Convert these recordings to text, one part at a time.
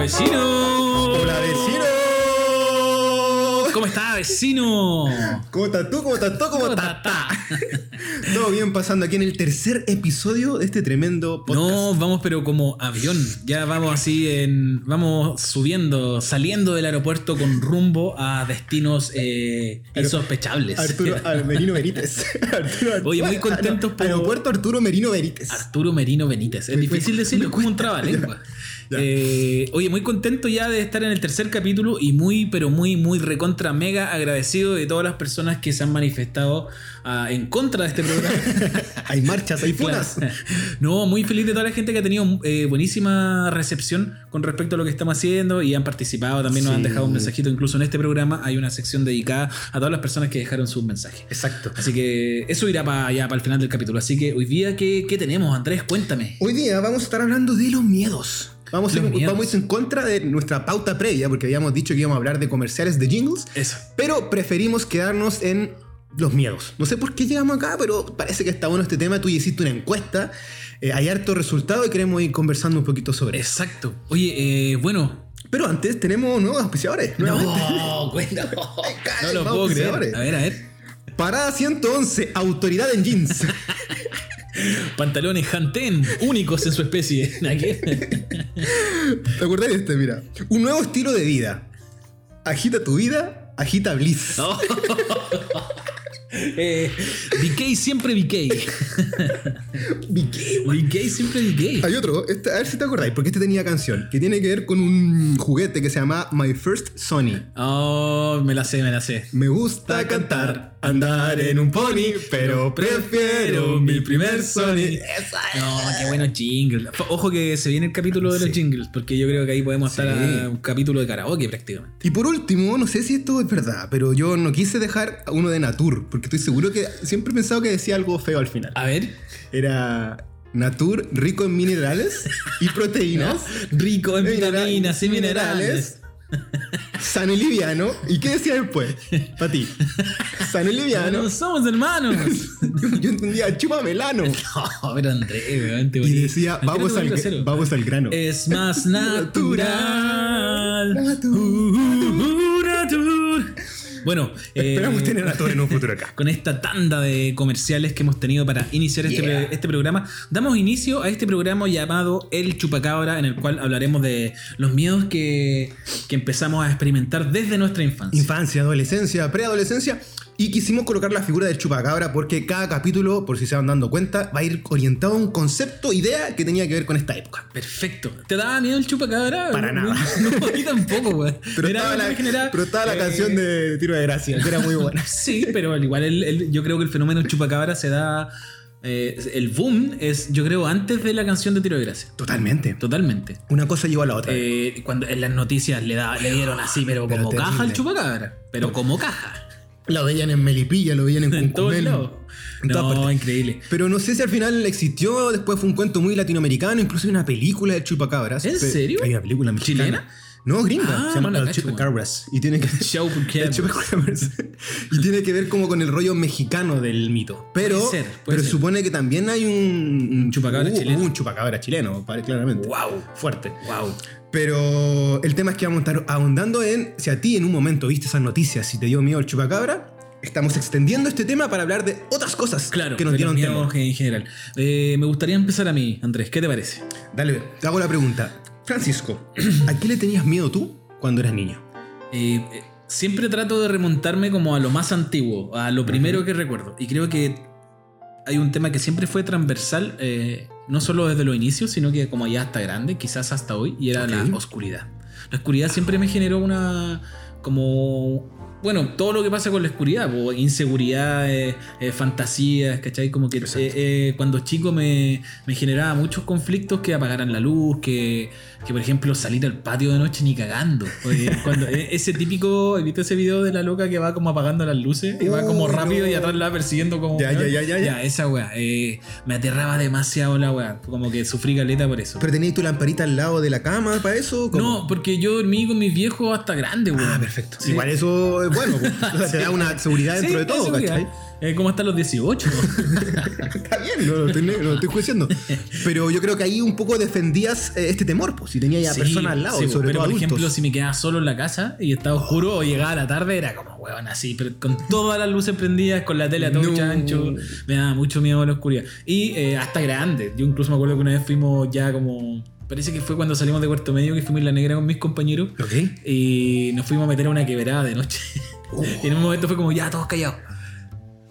vecino. ¡Hola, vecino! ¿Cómo está, vecino? ¿Cómo estás tú? ¿Cómo estás tú? ¿Cómo estás? ta? Todo bien pasando aquí en el tercer episodio de este tremendo podcast. No, vamos pero como avión. Ya vamos así en. Vamos subiendo, saliendo del aeropuerto con rumbo a destinos eh, insospechables. Arturo ah, Ar- Merino Benítez. Arturo Ar- Oye, muy contentos Ah, no, por- Aeropuerto Arturo Merino Benítez. Arturo Merino Benítez. Es Me difícil cuesta, decirlo, me es como un trabalengua. ya. Eh, oye, muy contento ya de estar en el tercer capítulo y muy, pero muy, muy recontra mega agradecido de todas las personas que se han manifestado ah, en contra de este programa. Hay marchas, hay funas. Claro. No, muy feliz de toda la gente que ha tenido eh, buenísima recepción con respecto a lo que estamos haciendo y han participado, también nos Sí. han dejado un mensajito, incluso en este programa hay una sección dedicada a todas las personas que dejaron sus mensajes. Exacto. Así que eso irá para allá, para el final del capítulo. Así que hoy día, ¿qué, qué tenemos, Andrés? Cuéntame. Hoy día vamos a estar hablando de los miedos. Vamos a, Los ir- miedos. vamos en contra de nuestra pauta previa, porque habíamos dicho que íbamos a hablar de comerciales de jingles, Eso. pero preferimos quedarnos en los miedos. No sé por qué llegamos acá, pero parece que está bueno este tema. Tú ya hiciste una encuesta, eh, hay harto resultado y queremos ir conversando un poquito sobre eso. Exacto. Oye, eh, bueno. Pero antes tenemos nuevos auspiciadores. nuevamente. No, cuéntame. No lo Calma, puedo auspiciadores. creer. A ver, a ver. Parada 111, autoridad en jeans. Pantalones Hanten, únicos en su especie. Aquí. ¿Te acordás de este? Mira. Un nuevo estilo de vida. Agita tu vida, agita Bliss. No. eh, BK siempre BK. BK siempre BK. Hay otro, este- a ver si te acordáis, porque este tenía canción, que tiene que ver con un juguete que se llama My First Sony. Oh, me la sé, me la sé. Me gusta cantar, andar en un pony, pero prefiero mi primer Sony. No, qué bueno jingle. F- Ojo que se viene el capítulo de los Sí. jingles, porque yo creo que ahí podemos estar Sí. a un capítulo de karaoke prácticamente. Y por último, no sé si esto es verdad, pero yo no quise dejar a uno de Natur, porque estoy seguro que siempre he pensado que decía algo feo al final. A ver, Era Natur rico en minerales y proteínas. rico en Mineral- vitaminas y minerales. Sano y liviano. ¿Y qué decía después? Para ti. Sano y liviano. No somos hermanos. Yo, yo entendía, chupa melano. No, pero Andrés, weón, te Y volví- decía, Al tiro vamos te al, volví grosero. vamos al grano. Es más natural. Natu- Uh, natur- Bueno, eh, Esperamos tener a todos en un futuro acá. con esta tanda de comerciales que hemos tenido para iniciar este, Yeah. pro- este programa, damos inicio a este programa llamado El Chupacabra, en el cual hablaremos de los miedos que, que empezamos a experimentar desde nuestra infancia. Infancia, adolescencia, preadolescencia. Y quisimos colocar la figura del chupacabra porque cada capítulo, por si se van dando cuenta, va a ir orientado a un concepto, idea que tenía que ver con esta época. Perfecto. ¿Te daba miedo el chupacabra? Para No, nada. No, a mí tampoco, güey. Pero Era estaba algo que la, me generaba, pero estaba la eh, canción de Tiro de Gracia, que era muy buena. Sí, pero al igual el- el- yo creo que el fenómeno chupacabra se da. eh, el boom es, yo creo, antes de la canción de Tiro de Gracia. Totalmente. Totalmente. Una cosa llevó a la otra. Eh, cuando en las noticias le, da, le dieron así, pero Pero como caja terrible. al chupacabra. Pero como caja. Lo veían en Melipilla, lo veían en En todos Cuncumel. lados. En todas No, partes. increíble. Pero no sé si al final existió, después fue un cuento muy latinoamericano, incluso hay una película de chupacabras. ¿En Pe- serio? Hay una película mexicana. ¿Chilena? No, gringa. Ah, se llama no la Los cacho, Chupacabras. Y tiene que Show El chupacabras. y tiene que ver como con el rollo mexicano del mito. Pero, Puede ser, puede pero ser. supone que también hay un, un Chupacabra hubo- chileno. hubo un chupacabra chileno, pare- claramente. Wow. Fuerte. Wow. Pero el tema es que vamos a estar ahondando en si a ti en un momento viste esas noticias, si te dio miedo el chupacabra, estamos extendiendo este tema para hablar de otras cosas Claro, que nos de los dieron miedos temor. en general. Eh, me gustaría empezar a mí, Andrés. ¿Qué te parece? Dale, te hago la pregunta. Francisco, ¿a qué le tenías miedo tú cuando eras niño? Eh, eh, siempre trato de remontarme como a lo más antiguo, a lo primero que recuerdo. Y creo que hay un tema que siempre fue transversal, eh, no solo desde los inicios, sino que como ya hasta grande, quizás hasta hoy, y era Ok. la oscuridad. La oscuridad siempre me generó una como... Bueno, todo lo que pasa con la oscuridad, po, inseguridades, eh, fantasías, ¿cachai? Como que Exacto. eh, eh, cuando chico me, me generaba muchos conflictos que apagaran la luz, que, que por ejemplo salir al patio de noche ni cagando. Oye, cuando, e- ese típico, ¿viste ese video de la loca que va como apagando las luces? Y va como Oh, rápido no. y atrás la va persiguiendo como... Ya, ya, ya, ya, ya. esa weá. eh, me aterraba demasiado la weá. Como que sufrí caleta por eso. ¿Pero tenías tu lamparita al lado de la cama para eso? ¿Cómo? no, porque yo dormí con mis viejos hasta grande, weón. Ah, perfecto. Sí. Igual eso es bueno. pues, te da una seguridad dentro Sí, de todo, eso, mira. ¿cachai? Eh, ¿Cómo están los 18? Está bien, no lo estoy, no lo estoy juiciando. Pero yo creo que ahí un poco defendías eh, este temor, pues, si tenía ya Sí, personas al lado, sí, sobre pero todo por adultos. ejemplo, si me quedaba solo en la casa y estaba oscuro o llegaba la tarde, era como huevón así, pero con todas las luces prendidas, con la tele a todo No. chancho, me daba mucho miedo la oscuridad. Y eh, hasta grande, yo incluso me acuerdo que una vez fuimos ya como, parece que fue cuando salimos de cuarto medio que fuimos en la negra con mis compañeros Ok. y nos fuimos a meter a una quebrada de noche. Uh. Y en un momento fue como, ya, todos callados.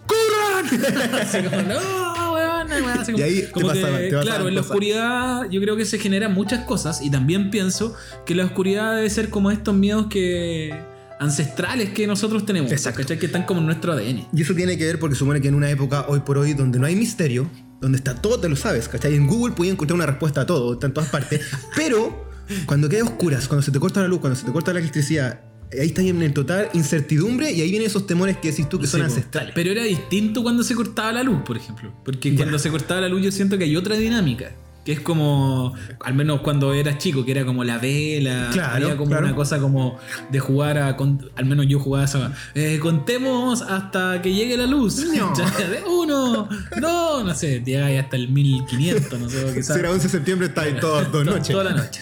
¡Corran! así como, no, weón, weón. Así Y como- ahí te como que, pasaban, te pasaban Claro, en la cosas. oscuridad yo creo que se generan muchas cosas y también pienso que la oscuridad debe ser como estos miedos que ancestrales que nosotros tenemos. Exacto. ¿cachai? Que están como en nuestro ADN. Y eso tiene que ver porque supone que en una época hoy por hoy donde no hay misterio, donde está todo, te lo sabes, ¿cachai? En Google puedes encontrar una respuesta a todo, está en todas partes. Pero cuando queda oscuras, cuando se te corta la luz, cuando se te corta la electricidad, ahí estás en el total incertidumbre y ahí vienen esos temores que decís tú que son Sí, po. ancestrales. Pero era distinto cuando se cortaba la luz, por ejemplo. Porque Ya. cuando se cortaba la luz yo siento que hay otra dinámica. Que es como, al menos cuando eras chico, que era como la vela, Claro, había como claro. una cosa como de jugar a, con- al menos yo jugaba eso, eh, contemos hasta que llegue la luz. No. De uno, dos, no sé, llega ahí hasta el 1500, no sé, quizás. Será 11 de septiembre, está ahí todas dos Toda- noches. Toda la noche.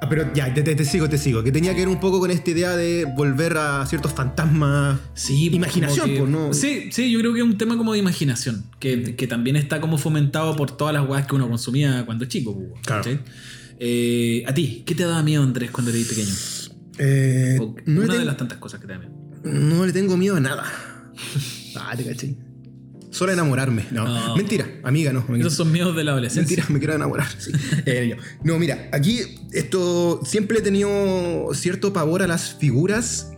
Ah, pero ya, te, te- te sigo, te sigo. Que tenía que ver un poco con esta idea de volver a ciertos fantasmas. Sí, Imaginación, como pues, que- ¿no? Mm. Sí, sí, yo creo que es un tema como de imaginación, que, que también está como fomentado por todas las weas que uno consumía cuando chico. pues, Claro. ¿cachai? Eh, a ti, ¿qué te daba miedo, Andrés, cuando eras pequeño? Eh, O- una no, le de ten- las tantas cosas que te da miedo. no le tengo miedo a nada. Ah, te caché. Solo a enamorarme. No. No. Mentira, amiga, no. amiga. Esos son miedos de la adolescencia. Mentira, me quiero enamorar. sí. Eh, no, no, mira, aquí esto siempre he tenido cierto pavor a las figuras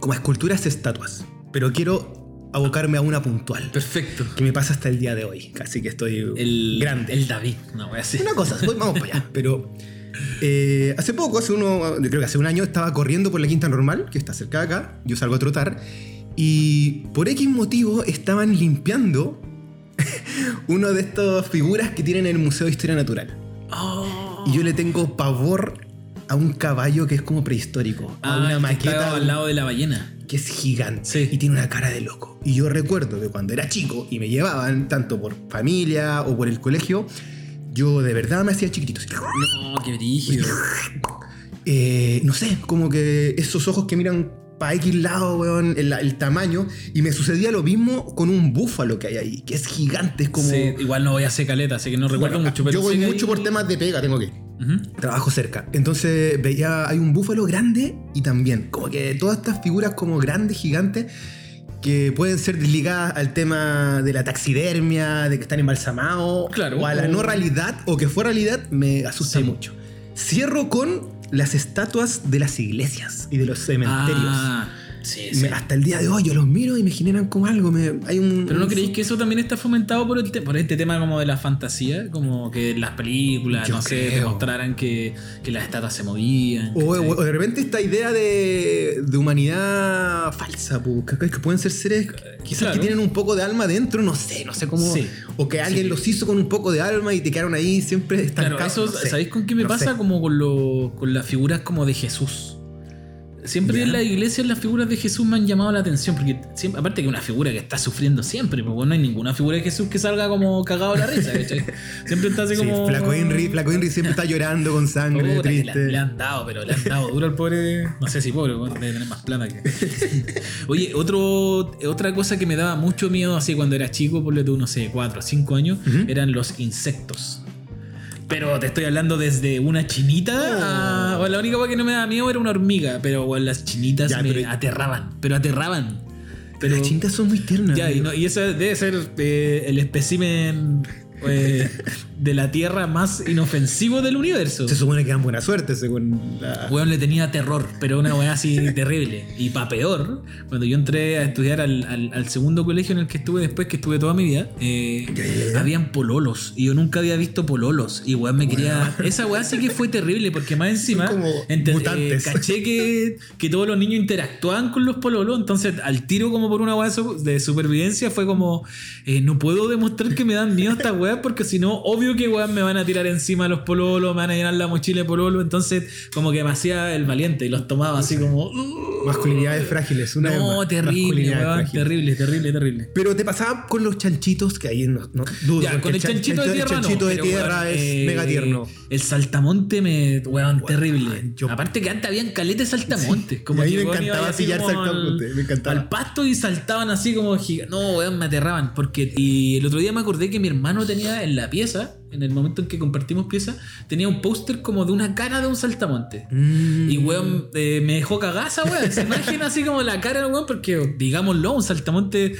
como a esculturas, estatuas. Pero quiero abocarme a una puntual Perfecto. que me pasa hasta el día de hoy. Así que estoy El grande. El David, una wea así. Una cosa, voy- vamos para allá. Pero eh, hace poco, hace uno, yo creo que hace un año, estaba corriendo por la quinta normal, que está cerca de acá. Yo salgo a trotar. Y por X motivo estaban limpiando uno de estas figuras que tienen en el Museo de Historia Natural. Oh. Y yo le tengo pavor a un caballo que es como prehistórico. A Ah, una el que estaba maqueta al lado de la ballena. que es gigante Sí. y tiene una cara de loco. Y yo recuerdo que cuando era chico y me llevaban, tanto por familia o por el colegio, yo de verdad me hacía chiquitito. así. No, qué brígido. Eh, no sé, como que esos ojos que miran para X lado, weón, el, el tamaño. Y me sucedía lo mismo con un búfalo que hay ahí, que es gigante, es como... Sí, igual no voy a hacer caleta, así que no recuerdo Bueno, mucho. Pero yo voy sé que mucho ahí- por temas de pega, tengo que ir. Ujú. Trabajo cerca. Entonces veía, hay un búfalo grande y también, como que todas estas figuras como grandes, gigantes, que pueden ser ligadas al tema de la taxidermia, de que están embalsamados, Claro. o a la no realidad, o que fue realidad, me asusta Sí. mucho. Cierro con las estatuas de las iglesias y de los cementerios. Ah, sí, sí. Me- hasta el día de hoy yo los miro y me generan como algo. me- hay un, Pero no un- creéis que eso también está fomentado por, el te- por este tema como de la fantasía, como que las películas, Yo no sé, te creo. mostraran que, que las estatuas se movían. O, ¿cachai? o- o de repente esta idea de, de humanidad falsa, po, que, que pueden ser seres quizás Claro. que tienen un poco de alma dentro, no sé, no sé cómo. Sí. O que alguien Sí. los hizo con un poco de alma y te quedaron ahí siempre Claro, estancados. eso, no sé. ¿sabéis con qué me no pasa? sé. Como con, lo- con las figuras como de Jesús. Siempre Ya. en las iglesias las figuras de Jesús me han llamado la atención, porque siempre, aparte que una figura que está sufriendo siempre, porque no hay ninguna figura de Jesús que salga como cagado de la risa, ¿cachai? Siempre está así Sí, como... Flaco Henry, Flaco Henry siempre está llorando con sangre, Puta, que triste. Le, le han dado, pero le han dado duro al pobre. No sé si pobre, bueno, debe tener más plata que. Oye, otro, otra cosa que me daba mucho miedo así cuando era chico, por tú, no sé, 4 o 5 años, Ujú. eran los insectos. Pero te estoy hablando desde una Oh. chinita a- bueno, la única cosa que no me daba miedo era una hormiga, pero bueno, las chinitas Ya, me pero- aterraban, pero aterraban. Pero las chintas son muy tiernas. Ya, y, amigo. no- y eso debe ser eh, el espécimen eh, de la Tierra más inofensivo del universo. Se supone que dan buena suerte según la. Weón le tenía terror, pero una weá así terrible. Y pa' peor, cuando yo entré a estudiar al, al- al segundo colegio en el que estuve después, que estuve toda mi vida, eh, habían pololos. Y yo nunca había visto pololos. Y weón me quería. Esa weá sí que fue terrible, porque más encima. eh, Son como ente- mutantes. caché que, que todos los niños interactuaban con los pololos. Entonces, al tiro, como por una weá de su- de supervivencia, fue como. eh, no puedo demostrar que me dan miedo estas weas weas, porque si no, obvio que weón me van a tirar encima los pololos, me van a llenar la mochila de pololo. Entonces, como que me hacía el valiente y los tomaba así como. "Uh, Masculinidades frágiles, una vez No, más. terrible, Masculinidades weón, frágiles. terrible, terrible, terrible. Pero te pasaba con los chanchitos que ahí no, no dudo. Ya, porque con el chan- chanchito de chan- tierra. El chanchito no, de pero, tierra weón, es eh, mega tierno. El saltamonte me. Weón, terrible. yo- Aparte que antes habían caletes saltamontes. Sí, Como y a mí que, me weón, encantaba iba así pillar como al- saltamontes, me encantaba. Al pasto y saltaban así como giga- No, weón, me aterraban. Porque. Y el otro día me acordé que mi hermano tenía en la pieza, en el momento en que compartimos pieza, tenía un póster como de una cara de un saltamonte. Y Mm. weón, eh, me dejó cagaza, weón. Se imagina así como la cara del weón, porque digámoslo, un saltamonte.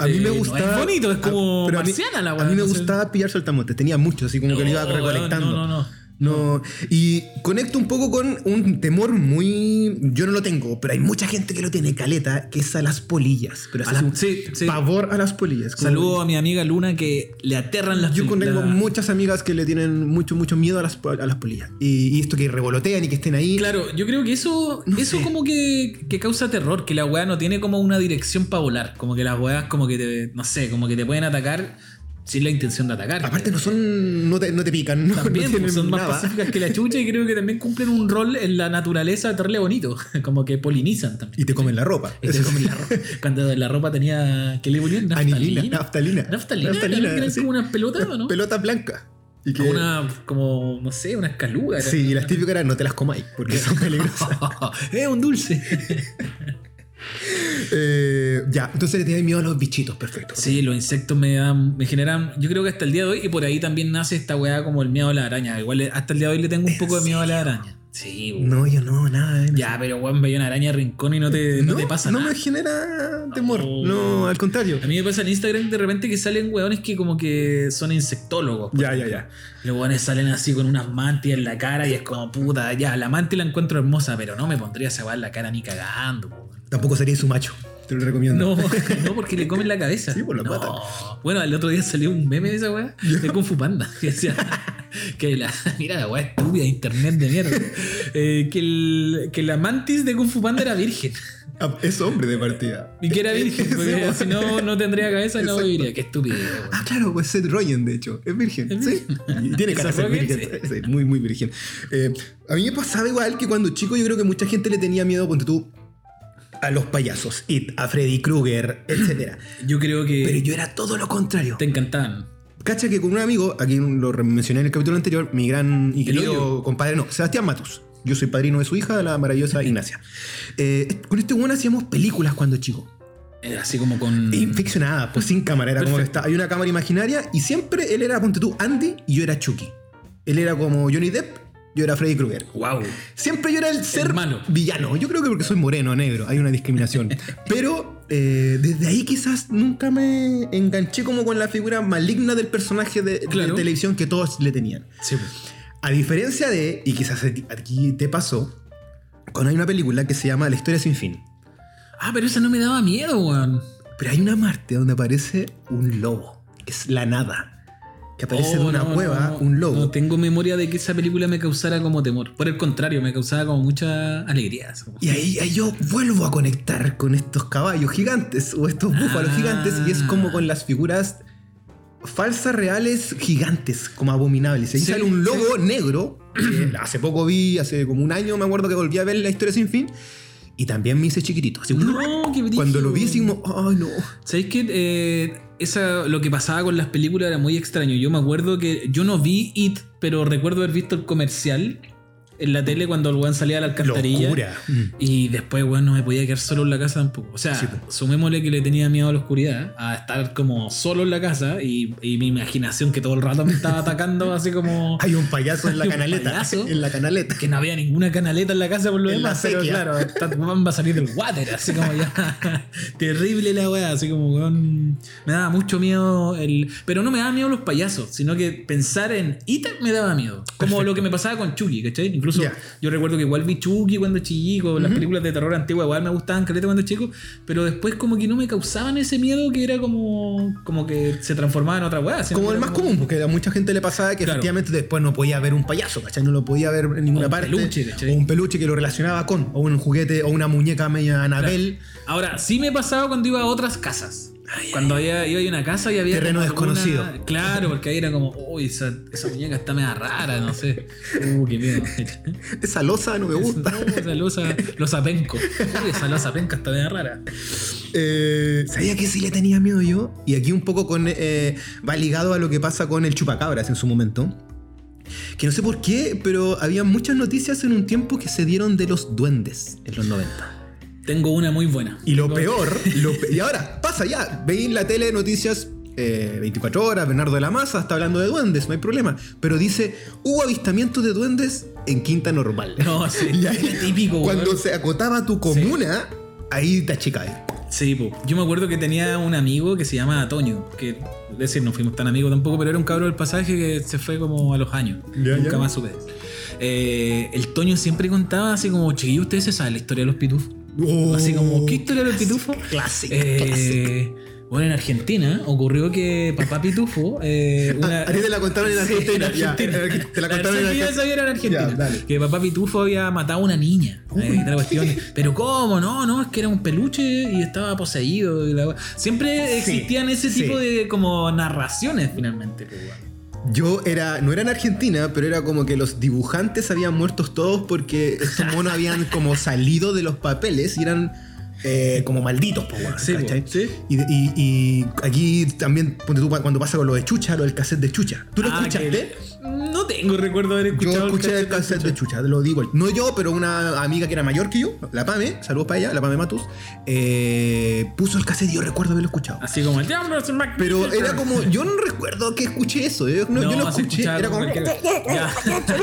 A mí eh, me no gustaba. es bonito, es a- como pero a mí- marciana la A weá, mí me no sé. gustaba pillar saltamontes. Tenía muchos, así como que lo iba No, weón, recolectando. No, no, no. No, y conecto un poco con un temor muy. Yo no lo tengo, pero hay mucha gente que lo tiene caleta, que es a las polillas. Pero A así la- un sí, sí. pavor a las polillas. como- Saludo a mi amiga Luna que le aterran las Yo conozco la- muchas amigas que le tienen mucho, mucho miedo a las, a las polillas. Y, y esto que revolotean y que estén ahí. Claro, yo creo que eso, No eso sé. como que, que causa terror, que la weá no tiene como una dirección para volar. Como que las weas como que te, no sé, como que te pueden atacar sin la intención de atacar. Aparte, no son. No te, no te pican. No, no también pues, tienen son más nada. pacíficas que la chucha y creo que también cumplen un rol en la naturaleza terrible bonito. Como que polinizan también. Y te comen la ropa. Y te Eso comen sí. la ropa. Cuando la ropa tenía que le ponían Anilina, naftalina. naftalina. Naftalina, también eran sí. como unas pelotas, ¿o ¿no? Pelota blanca. Y que- Como una, como, no sé, unas calugas. Sí, y las típicas eran no te las comáis, porque son peligrosas. ¡Eh, un dulce! Eh, ya, entonces le tienes miedo a los bichitos, perfecto. Sí, los insectos me dan, me generan, yo creo que hasta el día de hoy, y por ahí también nace esta weá como el miedo a la araña. Igual eh, hasta el día de hoy le tengo un poco de miedo a la araña. Sí, weón. No, yo no, nada. eh. Ya, pero weón, veía una araña rincón y no te, no, te pasa no nada. me genera temor. No. No, al contrario. A mí me pasa en Instagram de repente que salen weones que como que son insectólogos. Ya, ya, ya. Los weones salen así con unas mantis en la cara y es como puta, ya, la mantis la encuentro hermosa, pero no me pondría esa weá en la cara ni cagando, weón. Tampoco sería su macho. Te lo recomiendo. No, no, porque le comen la cabeza. Sí, pues, por la No. pata. Bueno, el otro día salió un meme de esa weá de Kung Fu Panda. Que decía, que la, mira la weá estúpida, de internet de mierda. Eh, que, el- que la mantis de Kung Fu Panda era virgen. Ah, Es hombre de partida. Y que era virgen, porque Sí, pues. si no, no tendría cabeza y no Exacto. viviría. Qué estúpido. weón. Ah, claro, pues Seth Rogen, de hecho. Es virgen. Es sí. Y tiene cara de Seth ser Rogen, virgen. Sí, muy, muy virgen. Eh, a mí me pasaba igual que cuando chico yo creo que mucha gente le tenía miedo, ponte tú, a los payasos. It, a Freddy Krueger, etc. Yo creo que Pero yo era todo lo contrario. te encantaban. Cacha que con un amigo, aquí lo mencioné en el capítulo anterior, mi gran y ¿El querido hoyo? compadre, no, Sebastián Matus. Yo soy padrino de su hija, la maravillosa Ignacia. Eh, con este weón hacíamos películas cuando chico. Era así como con. E Ficcionadas, pues sin cámara, era como Mm. Perfecto. está. Hay una cámara imaginaria y siempre él era, ponte tú, Andy y yo era Chucky. Él era como Johnny Depp, yo era Freddy Krueger. ¡Wow! Siempre yo era el ser malo. villano. Yo creo que porque soy moreno, negro, hay una discriminación. Pero eh, desde ahí quizás nunca me enganché como con la figura maligna del personaje de, de Claro. televisión que todos le tenían. Sí, A diferencia de, y quizás a ti- aquí te pasó, cuando hay una película que se llama La historia sin fin. Ah, pero esa no me daba miedo, weón. Pero hay una parte donde aparece un lobo. Es la nada. Que aparece Oh, de una no, no, cueva no. un lobo. No tengo memoria de que esa película me causara como temor. Por el contrario, me causaba como mucha alegría. así como- Y ahí, ahí yo vuelvo a conectar con estos caballos gigantes o estos búfalos Ah. gigantes y es como con las figuras falsas reales gigantes, como abominables. Ahí Sí, sale un lobo negro, que hace poco vi, hace como un año me acuerdo que volví a ver la historia sin fin y también me hice chiquitito. así, No, qué cuando lo vi, así brígido. como, ay no. ¿Sabéis que Eh, esa, lo que pasaba con las películas era muy extraño? Yo me acuerdo que yo no vi It, pero recuerdo haber visto el comercial en la tele cuando el weón salía de la alcantarilla. Locura. Mm. Y después, weón, no me podía quedar solo en la casa tampoco. O sea, Sí, po. sumémosle que le tenía miedo a la oscuridad, a estar como solo en la casa y, y mi imaginación que todo el rato me estaba atacando, así como. Hay un payaso en la Hay un canaleta. payaso. En la canaleta. que no había ninguna canaleta en la casa por lo En la demás, pero sequía. claro, esta weón va a salir del water, así como ya. terrible la weá, así como weón. Me daba mucho miedo el. Pero no me daba miedo los payasos, sino que pensar en Ita me daba miedo. Como lo que me pasaba con Chucky, ¿cachai? Incluso Ya. yo recuerdo que igual vi Chucky cuando chico, las películas de terror antiguas igual me gustaban caleta cuando chico, pero después como que no me causaban ese miedo que era como, como que se transformaba en otra weá. sino Como que el era más común, porque a mucha gente le pasaba que Claro. efectivamente después no podía ver un payaso, ¿cachai? No lo podía ver en ninguna un parte. peluche, ¿cachai? o un peluche que lo relacionaba con, o un juguete, o una muñeca media Anabel. Ahora, sí me pasaba cuando iba a otras casas. Cuando había, iba a una casa y había. Terreno como alguna- desconocido. Claro, porque ahí era como, uy, esa, esa muñeca está media rara, no sé. Uh, qué miedo. Esa losa no me gusta. No, esa losa, losa penco. Uy, esa losa penca está media rara. Eh, Sabía que sí le tenía miedo yo. Y aquí un poco con, eh, va ligado a lo que pasa con el chupacabras en su momento. Que no sé por qué, pero había muchas noticias en un tiempo que se dieron de los duendes en los 90. Tengo una muy buena. Y lo Tengo- peor, lo pe- y ahora pasa ya, veis la tele de noticias eh, 24 horas, Bernardo de la Maza está hablando de duendes, no hay problema. Pero dice, hubo avistamientos de duendes en Quinta Normal. No, sí. Y ahí, es típico, weón. Cuando se acotaba tu comuna, ahí te achicabas. Sí, po. yo me acuerdo que tenía un amigo que se llama Toño, que es decir, no fuimos tan amigos tampoco, pero era un cabro del pasaje que se fue como a los años. Ya, Nunca ya. más supe. Eh, el Toño siempre contaba así como, chiquillos, ¿ustedes se saben la historia de los pitufos? Oh. Así como, ¿qué historia de los pitufos? Oh, Clásico, Eh, bueno, en Argentina ocurrió que papá pitufo... eh, una- a ti Ah, te la contaron en Sí, Argentina. en ya. Argentina. Eh, Te la La versión que contaron en yo Argentina. sabía era en Argentina. Ya, dale. que papá Pitufo había matado a una niña. eh, y otra cuestión. Pero cómo, no, no, es que era un peluche y estaba poseído. y la wea. Siempre Sí, existían ese sí. tipo de como narraciones finalmente. pues, weón. Yo era, no era en Argentina, pero era como que los dibujantes habían muerto todos porque estos monos habían como salido de los papeles y eran eh, como malditos, po, weón, Sí, ¿cachai? po, sí. Y, y- y aquí también, ponte tú, cuando pasa con lo de Chucha, lo del cassette de Chucha. ¿Tú lo Ah, escuchaste? que- No tengo recuerdo haber escuchado. Yo el escuché el cassette. cassette de Chucha, lo digo. No yo, pero una amiga que era mayor que yo, la Pame, saludos para ella, la Pame Matus, eh, puso el cassette y yo recuerdo haberlo escuchado. Así como el diablo es un Mac- Pero era como, yo no recuerdo que escuché eso, yo no, yo no se escuché, escuchaba era como... cualquier- Ya.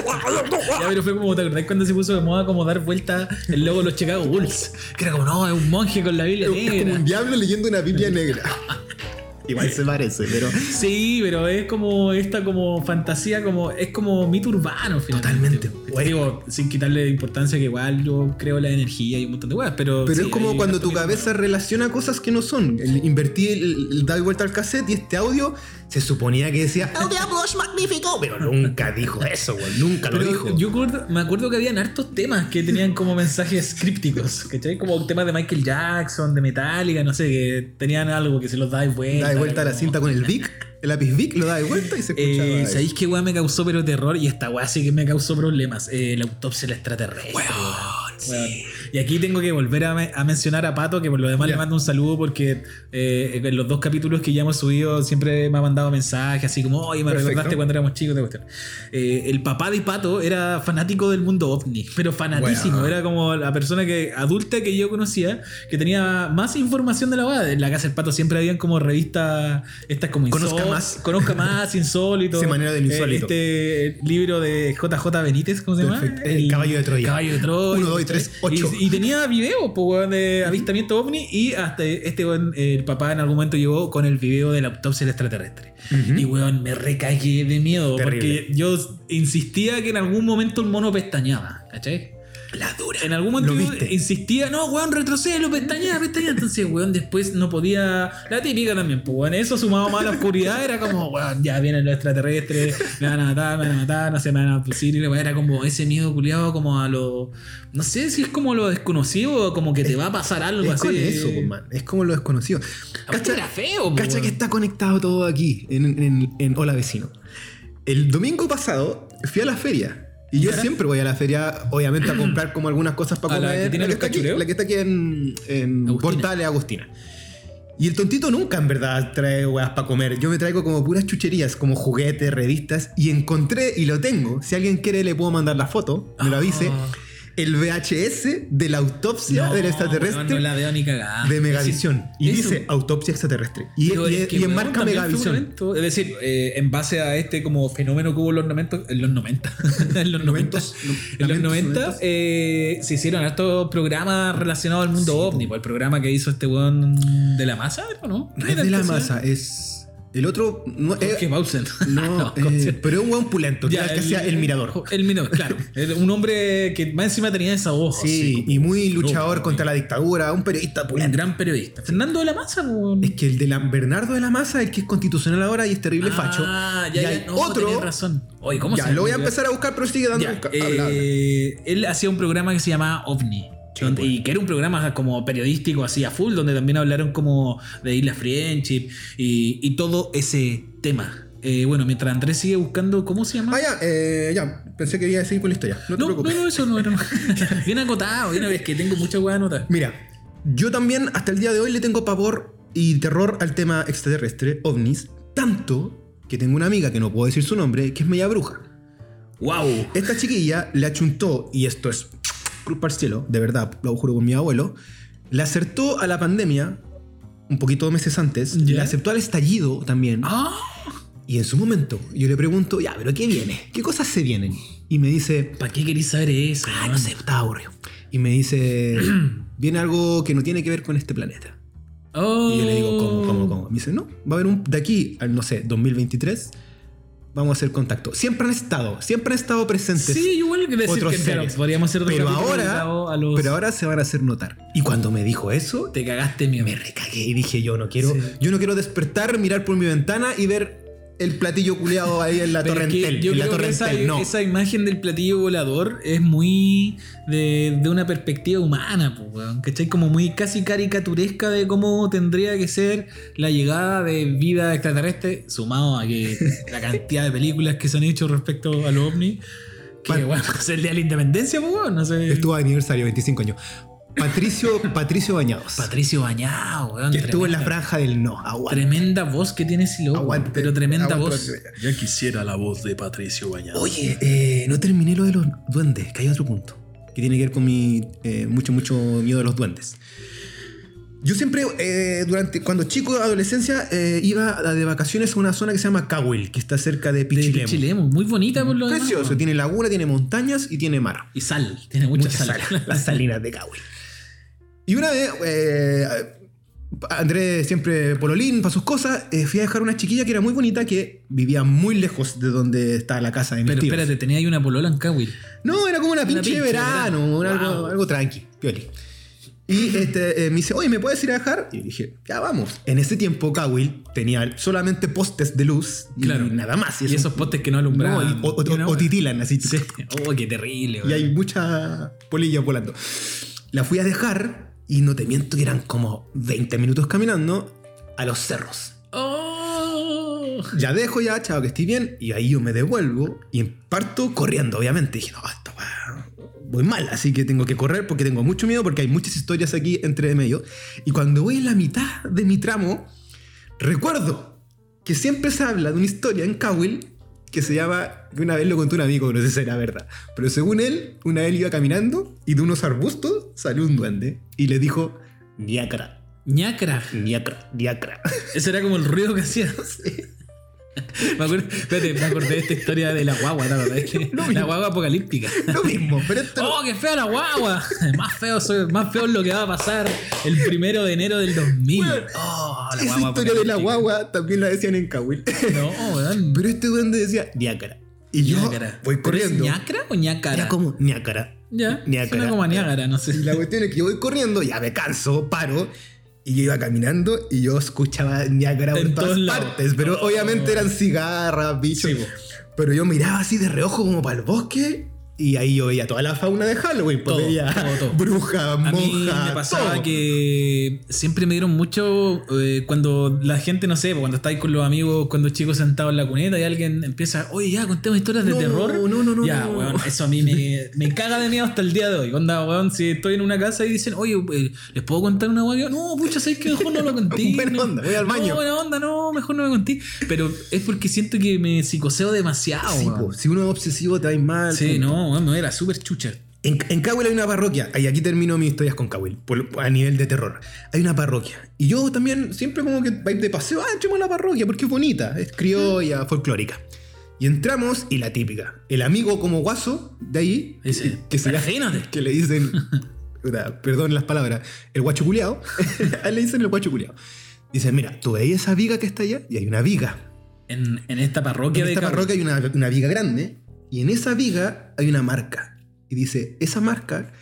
Ya, pero fue como, ¿te acordás cuando se puso de moda como dar vuelta el logo de los Chicago Bulls? Que era como, no, es un monje con la Biblia Es como negra. un diablo leyendo una Biblia negra. Igual se parece, pero... Sí, pero es como esta como fantasía, como es como mito urbano finalmente. Totalmente. Te Digo, sin quitarle importancia que igual yo creo la energía y un montón de weas, pero... Pero sí, es hay como cuando harto tu mito cabeza relaciona cosas que no son. El- invertí el, el dar vuelta al cassette y este audio se suponía que decía ¡El diablo es magnífico! Pero nunca dijo eso, güey. Nunca urbano. lo Pero dijo. yo acuerdo- me acuerdo que habían hartos temas que tenían como mensajes crípticos, ¿cachai? Como temas de Michael Jackson, de Metallica, no sé, que tenían algo que se los dais vuelta. Da vuelta era la como- cinta con el Vic, el lápiz Vic, lo da de vuelta y se escuchaba. Eh, eso. ¿Sabéis qué weá me causó pero terror? Y esta weá sí que me causó problemas. Eh, la autopsia del extraterrestre. weón. Weón. Y aquí tengo que volver a, me- a mencionar a Pato, que por lo demás Ya. le mando un saludo porque eh, en los dos capítulos que ya hemos subido siempre me ha mandado mensajes así como, oye, me Perfecto. recordaste cuando éramos chicos. esta cuestión. Eh, el papá de Pato era fanático del mundo ovni, pero fanatísimo. Weón. Era como la persona que adulta que yo conocía que tenía más información de la weá. En la casa del Pato siempre habían como revistas, estas como Conozca insó- más. Conozca más, insólito. Semanario del Eh, insólito. Este libro de JJ Benítez, ¿cómo se llama? Perfecto. El Caballo de Troya. Caballo de Troya. Uno, dos, tres, ocho. Y, y tenía videos po, weón, de avistamiento ovni y hasta este weón, eh, el papá en algún momento llegó con el video de la autopsia del extraterrestre. Y weón, me recagué de miedo Terrible. porque yo insistía que en algún momento el mono pestañaba, ¿cachai? La dura. En algún momento Lo yo viste. insistía, no, weón, retrocédelo, pestañea, pestañea. Entonces, weón, después no podía. La típica también, pues, weón, eso sumado más a la oscuridad, era como, weón, ya vienen los extraterrestres, me van a matar, me van a matar, no sé, me van a fusilar. y la weá Era como ese miedo culiado, como a lo. No sé si es como lo desconocido, o como que te va a pasar algo Es así. con eso, po, man. Es como lo desconocido. Aparte era feo, po, Cacha que pues, weón. está conectado todo aquí, en, en- en Hola Vecino. El domingo pasado fui a la feria. Y yo ¿Ya? siempre voy a la feria, obviamente, a comprar como algunas cosas para ¿A la comer. que tiene los está aquí, cachureos? la que está aquí en, en Agustina. Portales Agustina. Y el tontito nunca en verdad trae weas para comer. Yo me traigo como puras chucherías, como juguetes, revistas. Y encontré, y lo tengo. Si alguien quiere, le puedo mandar la foto, me lo avise. Ah. El VHS de la autopsia No, del extraterrestre weón, No, la veo ni cagada. de Megavisión. Y Ah, Eso. dice autopsia extraterrestre. Y, Pero y- es que, y weón, enmarca también fue un Megavisión. evento. Es decir, eh, en base a este como fenómeno que hubo en los 90, en los 90, en los 90, Noventos, en los 90 lamentos, noventos. eh, se hicieron hartos programas relacionados al mundo ovni, po, el programa que hizo este weón de la masa, ¿o no? No es de la masa, es. El otro. No, eh, Jorge Paulsen. no, eh, ¿cómo se llama? pero es un hueón pulento, que Ya, era el que hacía el mirador. El oh, mirador, claro. Era Un hombre que más encima tenía esa voz. así Sí, como- y muy luchador No, contra la dictadura, un periodista Un pulento. gran periodista. Fernando de la masa, po. Es que el de la- Bernardo de la Maza, el que es constitucional ahora y es terrible facho. Ah, y ya, hay ya, no, otro. tenés razón. Oye, ¿cómo ya, se lo voy a llama? empezar a buscar, pero sigue dando. Ya, busca- eh, habla, habla. Él hacía un programa que se llamaba OVNI. Donde- Y que era un programa como periodístico así a full, donde también hablaron como de Isla Friendship y, y todo ese tema. Eh, bueno, mientras Andrés sigue buscando, ¿cómo se llama? Ah, ya, eh, ya. Pensé que iba a seguir con la historia. No te no, no, preocupes. no, eso no era. bien acotado, bien, es que tengo mucha hueá anotada. Mira, yo también hasta el día de hoy le tengo pavor y terror al tema extraterrestre, ovnis, tanto que tengo una amiga que no puedo decir su nombre, que es media bruja. ¡Wow! Esta chiquilla le achuntó, y esto es cruz para el cielo, de verdad, lo juro con mi abuelo, le acertó a la pandemia, un poquito de meses antes, Ya. le aceptó al estallido también, ¡Ah! y en su momento yo le pregunto, ya, pero ¿qué viene? ¿Qué cosas se vienen? Y me dice, ¿Para qué queréis saber eso? ah, man? no sé, estaba aburrido. Y me dice, viene algo que no tiene que ver con este planeta. Oh. Y yo le digo, ¿cómo, cómo, cómo? Me dice, no, va a haber un. De aquí al, no sé, 2023, vamos a hacer contacto. Siempre han estado, siempre han estado presentes. Sí, igual que decir Otros que claro, seres. podríamos hacer otro pero capítulo ahora, dedicado a los- pero ahora se van a hacer notar. Y cuando me dijo eso, te cagaste mi me amigo. recagué y dije, yo no quiero, Sí. yo no quiero despertar, mirar por mi ventana y ver el platillo culeado ahí en la Pero es que torrentel. yo en la creo que esa, torrentel, no. esa imagen del platillo volador es muy de, de una perspectiva humana, po, weón, ¿cachai? Como muy casi caricaturesca de cómo tendría que ser la llegada de vida extraterrestre, sumado a que la cantidad de películas que se han hecho respecto a los ovnis. Que Vale. bueno, es el día de la independencia, po, weón, no sé. Estuvo de aniversario, 25 años. Patricio, Patricio Bañados. Patricio Bañado, weón. que estuvo en la tremenda- franja del no. Aguante. Tremenda voz que tiene ese loco, Aguante, pero tremenda aguante, voz. Patricio Bañados. Ya quisiera la voz de Patricio Bañado. Oye, eh, no terminé lo de los duendes, que hay otro punto. Que tiene que ver con mi eh, mucho, mucho miedo a los duendes. Yo siempre, eh, durante cuando chico, adolescencia, eh, iba a- de vacaciones a una zona que se llama Cahuil, que está cerca de De Pichilemu. Pichilemu, muy bonita por lo demás, Precioso, weón. tiene laguna, tiene montañas y tiene mar. Y sal, tiene mucha, sal. sal, las salinas de Cahuil. Y una vez, eh, Andrés siempre pololín para sus cosas, eh, fui a dejar una chiquilla que era muy bonita, que vivía muy lejos de donde está la casa de mis Pero tíos. espérate, tenía ahí una polola en Cahuil. No, era como una pinche, pinche verano. verano, un algo, Wow. algo tranqui, pioli. Y este, eh, me dice, oye, ¿me puedes ir a dejar? Y dije, ya vamos. En ese tiempo, Cowil tenía solamente postes de luz y Claro. nada más. Y esos postes que no alumbraban. No, y- o, o- ¿no? o titilan así. Sí. Oh, qué terrible, Y güey. hay mucha polilla volando. La fui a dejar y no te miento que eran como 20 minutos caminando a los cerros. Oh. Ya dejo, ya, chao, que estoy bien. Y ahí yo me devuelvo y parto corriendo, obviamente. Dije, no, esto va- voy mal, así que tengo que correr porque tengo mucho miedo, porque hay muchas historias aquí entre medio. Y cuando voy en la mitad de mi tramo, recuerdo que siempre se habla de una historia en Cowell que se llama, que una vez lo contó un amigo, no sé si era verdad, pero según él, una vez él iba caminando y de unos arbustos salió un duende y le dijo, Niacra, Ñacra. Niacra, Niacra. Ese era como el ruido que hacía. Me acuerdo, espérate, me acordé de esta historia de la guagua, ¿te acordás? La guagua apocalíptica. Lo mismo, pero esto... ¡Oh, qué fea la guagua! Más feo, soy- más feo es lo que va a pasar el primero de enero del 2000. Weón, Oh, la Esa guagua historia de la apocalíptica. guagua también la decían en Cahuil. No, weón. Pero este duende decía Niácara. Y yo Ñácara. voy ¿Pero es corriendo. ¿Ñacra o ñacara? Era como Niácara. Ya, Ñácara. suena como a Niágara, no sé. Y la cuestión es que yo voy corriendo, ya me canso, paro. Y yo iba caminando y yo escuchaba Niácara por En todas todos lados. partes. Pero Oh. obviamente eran cigarras, bichos. Sí, po. pero yo miraba así de reojo como para el bosque. Y ahí yo veía toda la fauna de Halloween. Pues Todo, veía todo, todo. bruja, A monja, mí me pasaba todo. que siempre me dieron mucho eh, cuando la gente, no sé, pues, cuando estáis con los amigos, cuando chicos sentados en la cuneta y alguien empieza, oye, ya, contemos historias de No, terror. no, no, no, Ya, no. weón, eso a mí me, me caga de miedo hasta el día de hoy. Onda, weón, si estoy en una casa y dicen, oye, eh, ¿les puedo contar una weón? No, pucha, ¿sabes que Mejor no lo conté. Buena no, onda, voy al baño. No, buena onda, no, mejor no lo conté. Pero es porque siento que me psicoseo demasiado. Sí, weón. po, si uno es obsesivo te va a ir mal. Sí, no, weón, me era súper chucha. En, en Cahuil hay una parroquia, y aquí termino mis historias con Cahuil, por- a nivel de terror. Hay una parroquia. Y yo también siempre como que vais de paseo, ah, entremos a la parroquia, porque es bonita, es criolla, folclórica. Y entramos, y la típica, el amigo como guaso de ahí, Dice, que, se "Imagínate". que le dicen, puta, perdón las palabras, el guacho culiao, a él le dicen el guacho culiao. Dice, mira, tú veis esa viga que está allá, y hay una viga. En, en esta parroquia En de esta Cabo. parroquia hay una, una viga grande y en esa viga hay una marca. Y dice, esa marca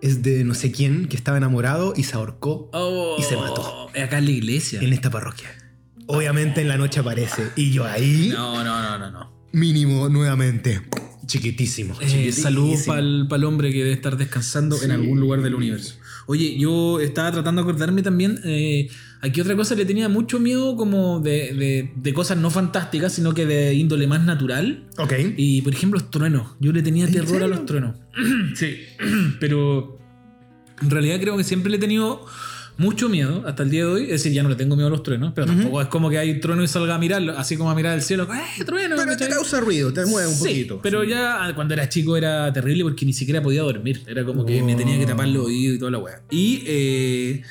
es de no sé quién que estaba enamorado y se ahorcó Oh, y se mató Acá en la iglesia. en esta parroquia. Obviamente en la noche aparece y yo ahí, No, no, no, no, no. mínimo nuevamente, Chiquitísimo. Eh, chiquitísimo. saludos para el hombre que debe estar descansando en Sí. algún lugar del universo. Oye, yo estaba tratando de acordarme también. eh, aquí otra cosa le tenía mucho miedo, como de, de- de cosas no fantásticas, sino que de índole más natural. Ok. Y por ejemplo, los truenos. Yo le tenía ¿En terror a serio? los truenos. sí, pero en realidad creo que siempre le he tenido mucho miedo hasta el día de hoy. Es decir, ya no le tengo miedo a los truenos, pero tampoco es como que hay trueno y salga a mirarlo, así como a mirar el cielo. ¡Eh, trueno! Pero te ¿cachai? causa ruido, te mueve un Sí, poquito. Pero ya ah, cuando era chico era terrible porque ni siquiera podía dormir. Era como que me tenía Oh. que tapar los oídos y toda la weá. Y, eh,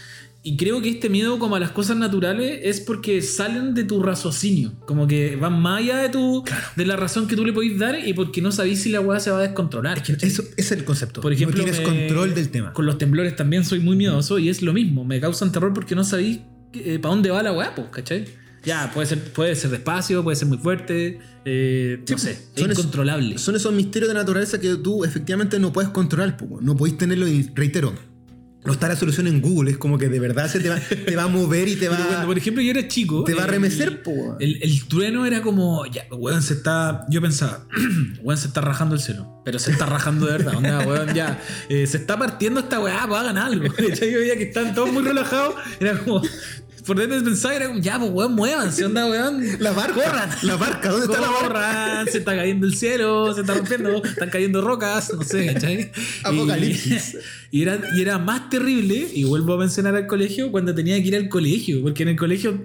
y creo que este miedo como a las cosas naturales es porque salen de tu raciocinio. Como que van más allá de, tu, de la razón que tú le podís dar y porque no sabís si la weá se va a descontrolar. ¿cachai? Eso es el concepto. Por ejemplo, no tienes me- control del tema. Con los temblores también soy muy miedoso y es lo mismo. Me causan terror porque no sabís para dónde va la weá, pues, ¿cachai? Ya, puede ser, puede ser despacio, puede ser muy fuerte, eh, no sé, es pues, son es- incontrolable. Son esos misterios de la naturaleza que tú efectivamente no puedes controlar, po, weón. no podéis tenerlo y reitero. No está la solución en Google, es como que de verdad se te va, te va a mover y te va, Pero cuando, por ejemplo, yo era chico. te va a el- remecer, po, weón. El, el trueno era como. Ya, weón se está. Yo pensaba, weón se está rajando el cielo. Pero se está rajando de verdad. Onda, weón, ya. eh, se está partiendo esta weá, pues hagan algo. Ya yo veía que estaban todos muy relajados. Era como. Por dentro pensaba, era como, ya, pues weón, muévanse, onda, weón. La barca, la barca, ¿dónde está la barca? Corran, se está cayendo el cielo, se está rompiendo, están cayendo rocas, no sé, ¿cachai? Y- Apocalipsis. Y, era, y era más terrible, y vuelvo a mencionar al colegio, cuando tenía que ir al colegio, porque en el colegio,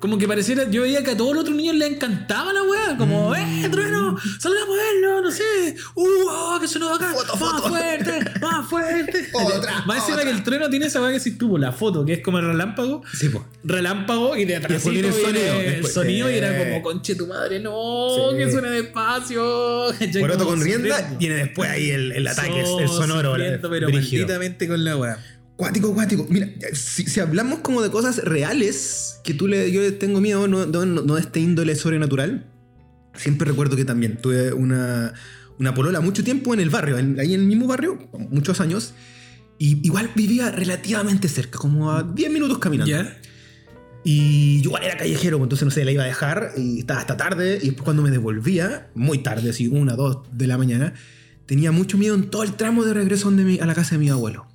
como que pareciera, yo veía que a todos los otros niños les encantaba la weá, como, Mm. ¡eh, trueno! ¡Salga a moverlo! No sé, ¡uh, oh, que sonó acá! Foto, ¡Más foto. fuerte! ¡Más fuerte! Otra, más encima otra. que el trueno tiene esa weá que si tuvo la foto, que es como el relámpago, Sí, po. relámpago y de atrás Después viene el sonido, el después. sonido y Sí. era como conche tu madre no Sí. que suena despacio ¿Cachai? Poroto Como con rienda, sufriendo. viene después ahí el, el ataque, So- el sonoro. la- sufriendo, pero brígido. malditamente con la weá Cuático, cuático. Mira, si, si hablamos como de cosas reales, que tú le, yo le tengo miedo, no, no, no de este índole sobrenatural, siempre recuerdo que también tuve una, una polola mucho tiempo en el barrio, en- ahí en el mismo barrio, muchos años, y igual vivía relativamente cerca, como a 10 minutos caminando. ya Y yo igual era callejero, pues, entonces no sé, la iba a dejar y estaba hasta tarde. Y después cuando me devolvía, muy tarde, así una, dos de la mañana, tenía mucho miedo en todo el tramo de regreso donde mi- a la casa de mi abuelo.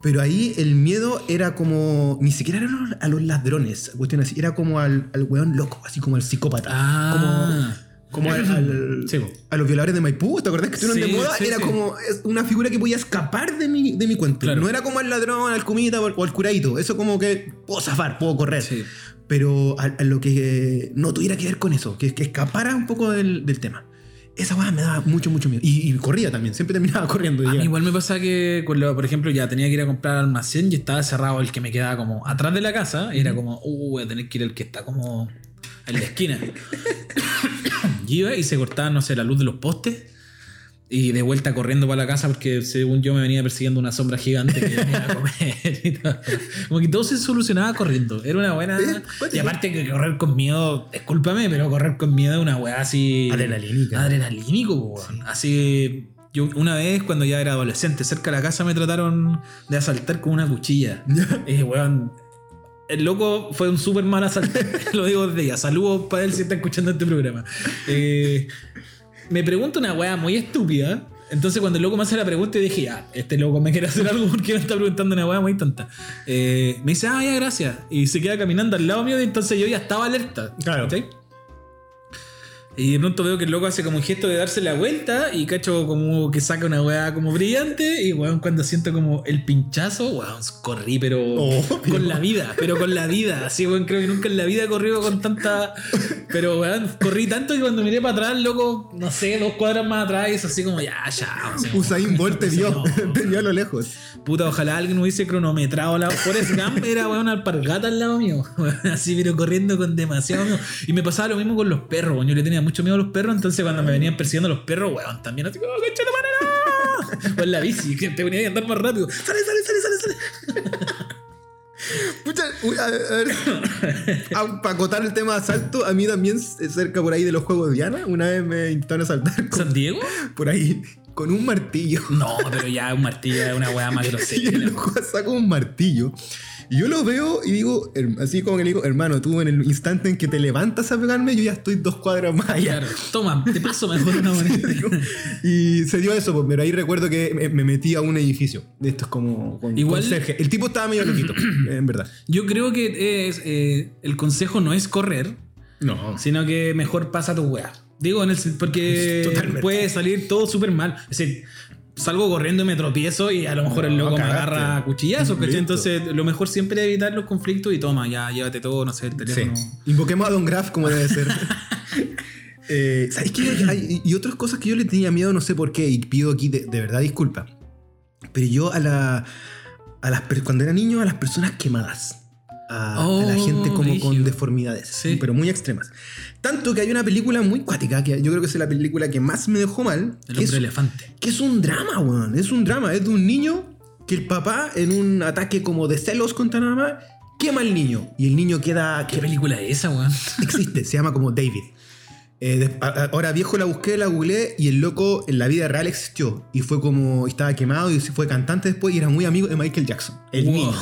Pero ahí el miedo era como, ni siquiera era a los ladrones, cuestión así, era como al, al weón loco, así como al psicópata. ah Como, como al- al- Sí, po. a los violadores de Maipú, ¿te acordás que estuvieron Sí, de moda? sí, era sí. como es una figura que podía escapar de mi, de mi cuento. Claro. No era como al ladrón, al cumita o al- o al curadito. Eso como que puedo zafar, puedo correr sí. pero a, a lo que eh, no tuviera que ver con eso, que, que escapara un poco del, del tema. Esa weá me daba mucho, mucho miedo. Y, y corría también, siempre terminaba corriendo. A ya. mí igual me pasa que, con lo- por ejemplo, ya tenía que ir a comprar al almacén y estaba cerrado el que me quedaba como atrás de la casa. Y era como, uh, voy a tener que ir al que está como en la esquina. y iba y se cortaba, no sé, la luz de los postes. Y de vuelta corriendo para la casa porque según yo me venía persiguiendo una sombra gigante que venía a comer y todo. Como que todo se solucionaba corriendo. Era una buena... Eh, pues, Y aparte que correr con miedo, discúlpame, pero correr con miedo es una weá así... Adrenalínica. Adrenalínico, po, weón. Así. Yo una vez, cuando ya era adolescente, cerca de la casa me trataron de asaltar con una cuchilla. Eh, weón. El loco fue un súper mal asaltante, lo digo desde ya. Saludos para él si está escuchando este programa. Eh, me pregunta una weá muy estúpida. Entonces, cuando el loco me hace la pregunta, yo dije, ah, este loco me quiere hacer algo porque me está preguntando una weá muy tonta. Eh, me dice, ah, ya, gracias. Y se queda caminando al lado mío, y entonces yo ya estaba alerta. Claro. ¿cachai? Y de pronto veo que el loco hace como un gesto de darse la vuelta y cacho como que saca una weá como brillante. Y weón, cuando siento como el pinchazo, weón, corrí, pero Oh, pero- con la vida, pero con la vida. Así, weón, creo que nunca en la vida he corrido con tanta. Pero weón, corrí tanto que cuando miré para atrás, loco, no sé, dos cuadras más atrás, y es así como ya, ya. o sea, Usain Bolt te vio, No. te vio a lo lejos. Puta, ojalá alguien hubiese cronometrado la Forrest Gump era weón, una alpargata al lado mío. weón, Así, pero corriendo con demasiado miedo. Y me pasaba lo mismo con los perros, weón. Yo le tenía mucho miedo a los perros, entonces cuando me venían persiguiendo los perros, weón, también así, ¡oh, concha de manera! O en la bici, que te venía a andar más rápido. ¡Sale, sale, sale, sale, sale! Pucha, uy, a ver, a ver. Ah, Para acotar el tema de asalto, a mí también eh, cerca por ahí de los juegos de Diana, una vez me intentaron asaltar con- ¿San Diego? por ahí con un martillo. No, pero ya un martillo es una weá más Y el grosera. loco saca un martillo. Y yo lo veo y digo, her- así como que le digo, hermano, tú en el instante en que te levantas a pegarme, yo ya estoy dos cuadras más allá. Claro, toma, te paso mejor una moneda. Y se dio eso, pues, pero ahí recuerdo que me, me metí a un edificio. De estos como con Igual- conserje. El tipo estaba medio loquito, en verdad. Yo creo que es, eh, el consejo no es correr, No. sino que mejor pasa tu weá. Digo, en el, sen- porque Totalmente. puede salir todo súper mal. Es decir, salgo corriendo y me tropiezo y a lo mejor el No, loco me cagaste. agarra a cuchillazos, ¿cachai? Listo. Entonces, lo mejor siempre es evitar los conflictos y toma, ya llévate todo, no sé, el Sí. teléfono. Invoquemos a Don Graf como debe ser. Eh, ¿Sabes qué? Hay- y otras cosas que yo le tenía miedo, no sé por qué, y pido aquí de, de verdad disculpa. Pero yo a la. A las, per- cuando era niño, a las personas quemadas. A, a la Oh, gente como con brígido. deformidades, Sí. pero muy extremas. Tanto que hay una película muy cuática, que yo creo que es la película que más me dejó mal. El hombre que es elefante. que es un drama, weón. Es un drama. Es de un niño que el papá, en un ataque como de celos contra la mamá, quema al niño. Y el niño queda. ¿Qué que película es esa, weón? existe, se llama como David. Eh, des- a- a- ahora viejo la busqué, la googleé y el loco en la vida real existió. Y fue como. Estaba quemado y fue cantante después y era muy amigo de Michael Jackson. El Wow. niño.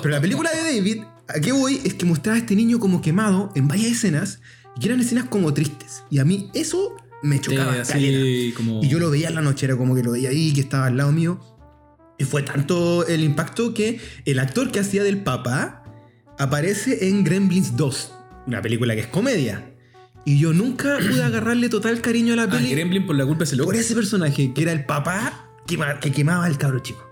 Pero la película de David, ¿a qué voy? Es que mostraba a este niño como quemado en varias escenas y que eran escenas como tristes. Y a mí eso me chocaba. Eh, caleta. así como... Y yo lo veía en la noche, era como que lo veía ahí, que estaba al lado mío. Y fue tanto el impacto que el actor que hacía del papá aparece en Gremlins 2, una película que es comedia. Y yo nunca pude agarrarle total cariño a la Ah, peli Gremlin por la culpa se por logra. ese personaje, que era el papá que, ma- que quemaba al cabro chico.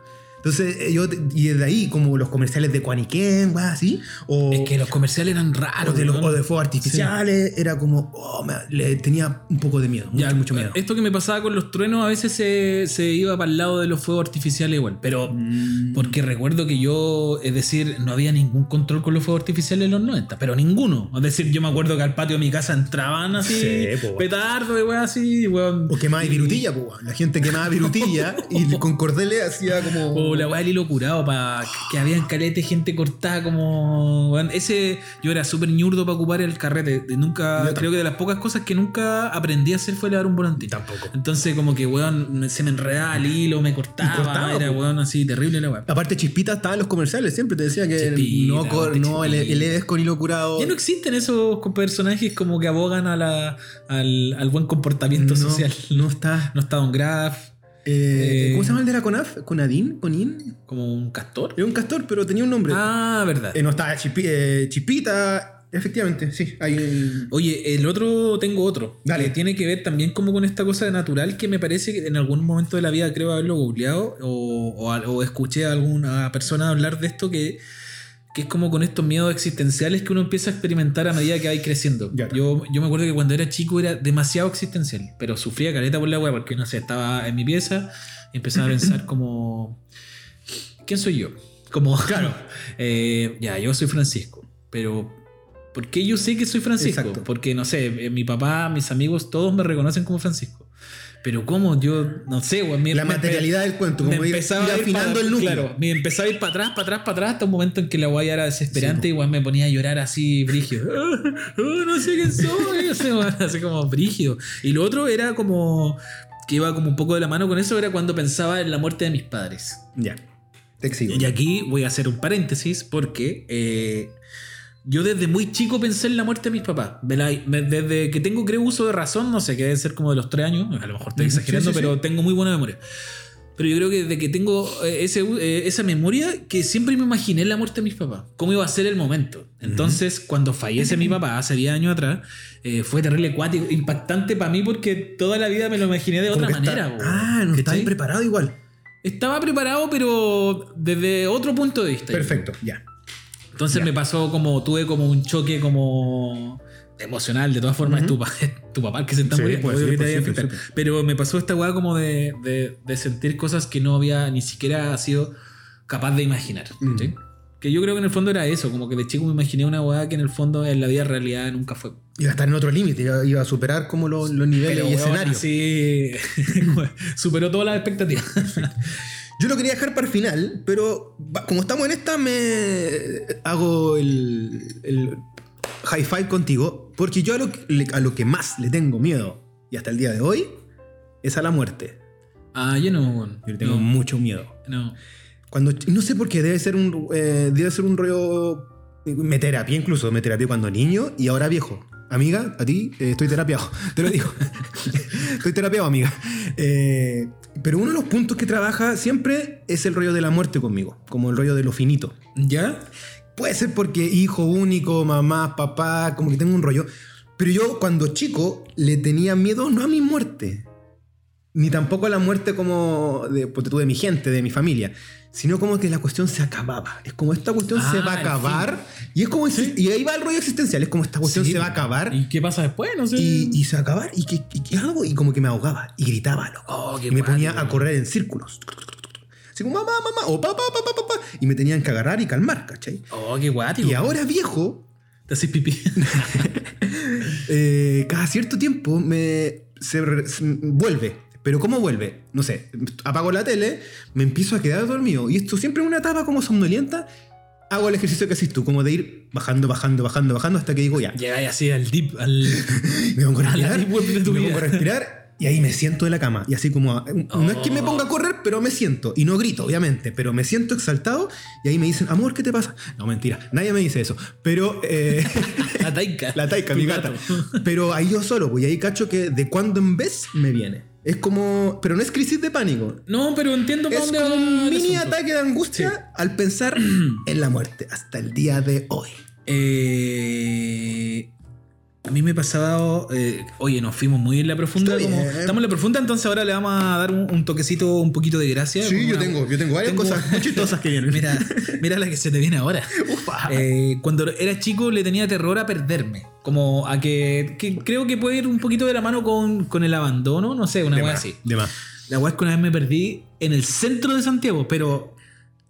Entonces, eh, yo, y desde ahí, como los comerciales de Quaniquén, weas así, o, Es que los comerciales eran raros. o de, los, weón. o de fuegos artificiales, era como, oh, me- le tenía un poco de miedo, mucho, Ya, mucho miedo. Esto que me pasaba con los truenos a veces se, se iba para el lado de los fuegos artificiales igual. Pero Mm. porque recuerdo que yo, es decir, no había ningún control con los fuegos artificiales en los 90, pero ninguno. Es decir, yo me acuerdo que al patio de mi casa entraban así, Sí, po, weón. petardo y weón así, weón. O quemaba virutilla, pues, weón. la gente quemaba virutilla y con cordeles hacía como. O Oh, la weá del hilo curado, pa, que habían calete, gente cortada como. weón. Ese, yo era súper ñurdo para ocupar el carrete. De- Nunca, Yo creo que de las pocas cosas que nunca aprendí a hacer fue dar un volantín. Tampoco. Entonces, como que, weón, me- se me enredaba el hilo, me cortaba. Y cortaba, era, po. weón, así terrible la weá. Aparte, Chispita estaba en los comerciales, siempre te decía que Chispita, no, cor- aparte no ele- Chispita. eleves con hilo curado. Ya no existen esos co- personajes como que abogan a la, al, al buen comportamiento No, social. No está. No está Don Graf, Eh, Eh, ¿Cómo se llama el de la CONAF? ¿Conadín? ¿Conin? como un castor. Era un castor, pero tenía un nombre. Ah, verdad. Eh, no estaba Chispi- eh, Chispita. Efectivamente, sí. Hay un- Oye, el otro, tengo otro. Dale. Que tiene que ver también como con esta cosa de natural que me parece que en algún momento de la vida creo haberlo googleado o, o al- o escuché a alguna persona hablar de esto que, que es como con estos miedos existenciales que uno empieza a experimentar a medida que va creciendo. Ya, claro. Yo, yo me acuerdo que cuando era chico era demasiado existencial, pero sufría caleta por la wea porque no sé, estaba en mi pieza y empezaba a pensar como... ¿Quién soy yo? Como, claro, ya, yo soy Francisco, pero ¿por qué yo sé que soy Francisco? Exacto. Porque, no sé, eh, mi papá, mis amigos, todos me reconocen como Francisco. Pero ¿cómo? Yo, no sé, güey. me- la me- materialidad del cuento, me como ir, empezaba ir a ir pa- afinando el núcleo. Claro, me empezaba a ir para atrás, para atrás, para atrás, hasta un momento en que la guay era desesperante Sí, y igual me ponía a llorar así, brígido. Ah, ah, no sé quién soy, así, weón, así como brígido. Y lo otro era como, que iba como un poco de la mano con eso, era cuando pensaba en la muerte de mis padres. Ya. Te exigo. Y aquí voy a hacer un paréntesis porque eh, yo desde muy chico pensé en la muerte de mis papás. De la- me- Desde que tengo, creo, uso de razón, no sé, que debe ser como de los tres años, a lo mejor estoy Ujú, sí, exagerando, sí, sí. pero tengo muy buena memoria. Pero yo creo que desde que tengo eh, ese, eh, esa memoria, que siempre me imaginé la muerte de mis papás, cómo iba a ser el momento. Entonces, cuando fallece mi papá hace 10 años atrás, eh, fue terrible, acuático, impactante para mí porque toda la vida me lo imaginé de Como otra que está- manera. weón. Ah, no estaba ¿Cachai? preparado igual. Estaba preparado, pero desde otro punto de vista. Perfecto, ya. Entonces Ya. me pasó como, tuve como un choque como emocional, de todas formas es tu pa- es tu, papá el que se está Sí, muriendo, pues, obvio sí, que te pues, vaya a sí, afectar. pues, sí, Pero me pasó esta weá como de, de- de sentir cosas que no había ni siquiera sido capaz de imaginar. Mm. ¿cachai? Que yo creo que en el fondo era eso, como que de chico me imaginé una weá que en el fondo en la vida realidad nunca fue. Iba a estar en otro límite, iba, iba a superar como los, los niveles Pero y weón, escenarios. así superó todas las expectativas. Yo lo quería dejar para el final, pero va- como estamos en esta, me hago el, el high five contigo, porque yo a lo, que- le- a lo que más le tengo miedo, y hasta el día de hoy, es a la muerte. Ah, yo no, weón. Yo le tengo No, mucho miedo. no. Cuando, no sé por qué, debe ser un, eh, debe ser un rollo... eh, Me terapia incluso, me terapia cuando niño y ahora viejo. Amiga, a ti eh, estoy terapiado, te lo digo. estoy terapiado, amiga. Eh, pero uno de los puntos que trabaja siempre es el rollo de la muerte conmigo, como el rollo de lo finito. ¿Ya? Puede ser porque hijo único, mamá, papá, como que tengo un rollo. Pero yo cuando chico le tenía miedo no a mi muerte, ni tampoco a la muerte como de, ponte tú, de mi gente, de mi familia, sino como que la cuestión se acababa. Es como esta cuestión Ah, se va a el fin. acabar. Y es como exi- y ahí va el rollo existencial, es como esta cuestión Sí, se va a acabar. Y ¿Y qué pasa después? No sé. y se va a acabar, ¿y qué, y qué hago? Y como que me ahogaba, y gritaba, loco. Oh, qué y me ponía guay, a correr en círculos. Así como, mamá, mamá, o papá, papá, papá. Y me tenían que agarrar y calmar, ¿cachai? Oh, qué guático. Y ahora viejo, Te haces pipí. eh, cada cierto tiempo me se, re- se- vuelve. Pero ¿cómo vuelve? No sé, apago la tele, me empiezo a quedar dormido. Y esto siempre en una etapa como somnolienta, hago el ejercicio que haces tú, como de ir bajando, bajando, bajando, bajando, hasta que digo ya, Llegáis así al deep, al. me pongo a A la respirar, deep web de tu me pongo vida. a respirar y ahí me siento en la cama. Y así como, a- no es que me Oh. ponga a correr, pero me siento. Y no grito, obviamente, pero me siento exaltado y ahí me dicen, amor, ¿qué te pasa? No, mentira, nadie me dice eso. Pero... eh, La taika. La taika, mi Tu gata. gato. Pero ahí yo solo, pues, y ahí cacho que de cuando en vez me viene. Es como. Pero no es crisis de pánico. No, pero entiendo para Es dónde como va un el mini asunto. ataque de angustia al pensar en la muerte hasta el día de hoy. Eh, a mí me pasaba. eh, oye, nos fuimos muy en la profunda. Está como- bien. estamos en la profunda, entonces ahora le vamos a dar un, un toquecito, un poquito de gracia. como una- yo tengo tengo- que vienen. Mira, mira la que se te viene ahora. Ufa. Eh, cuando era chico le tenía terror a perderme. Como a que, que creo que puede ir un poquito de la mano con, con el abandono, no sé, una de weá más, así. de más. La weá es que una vez me perdí en el centro de Santiago, pero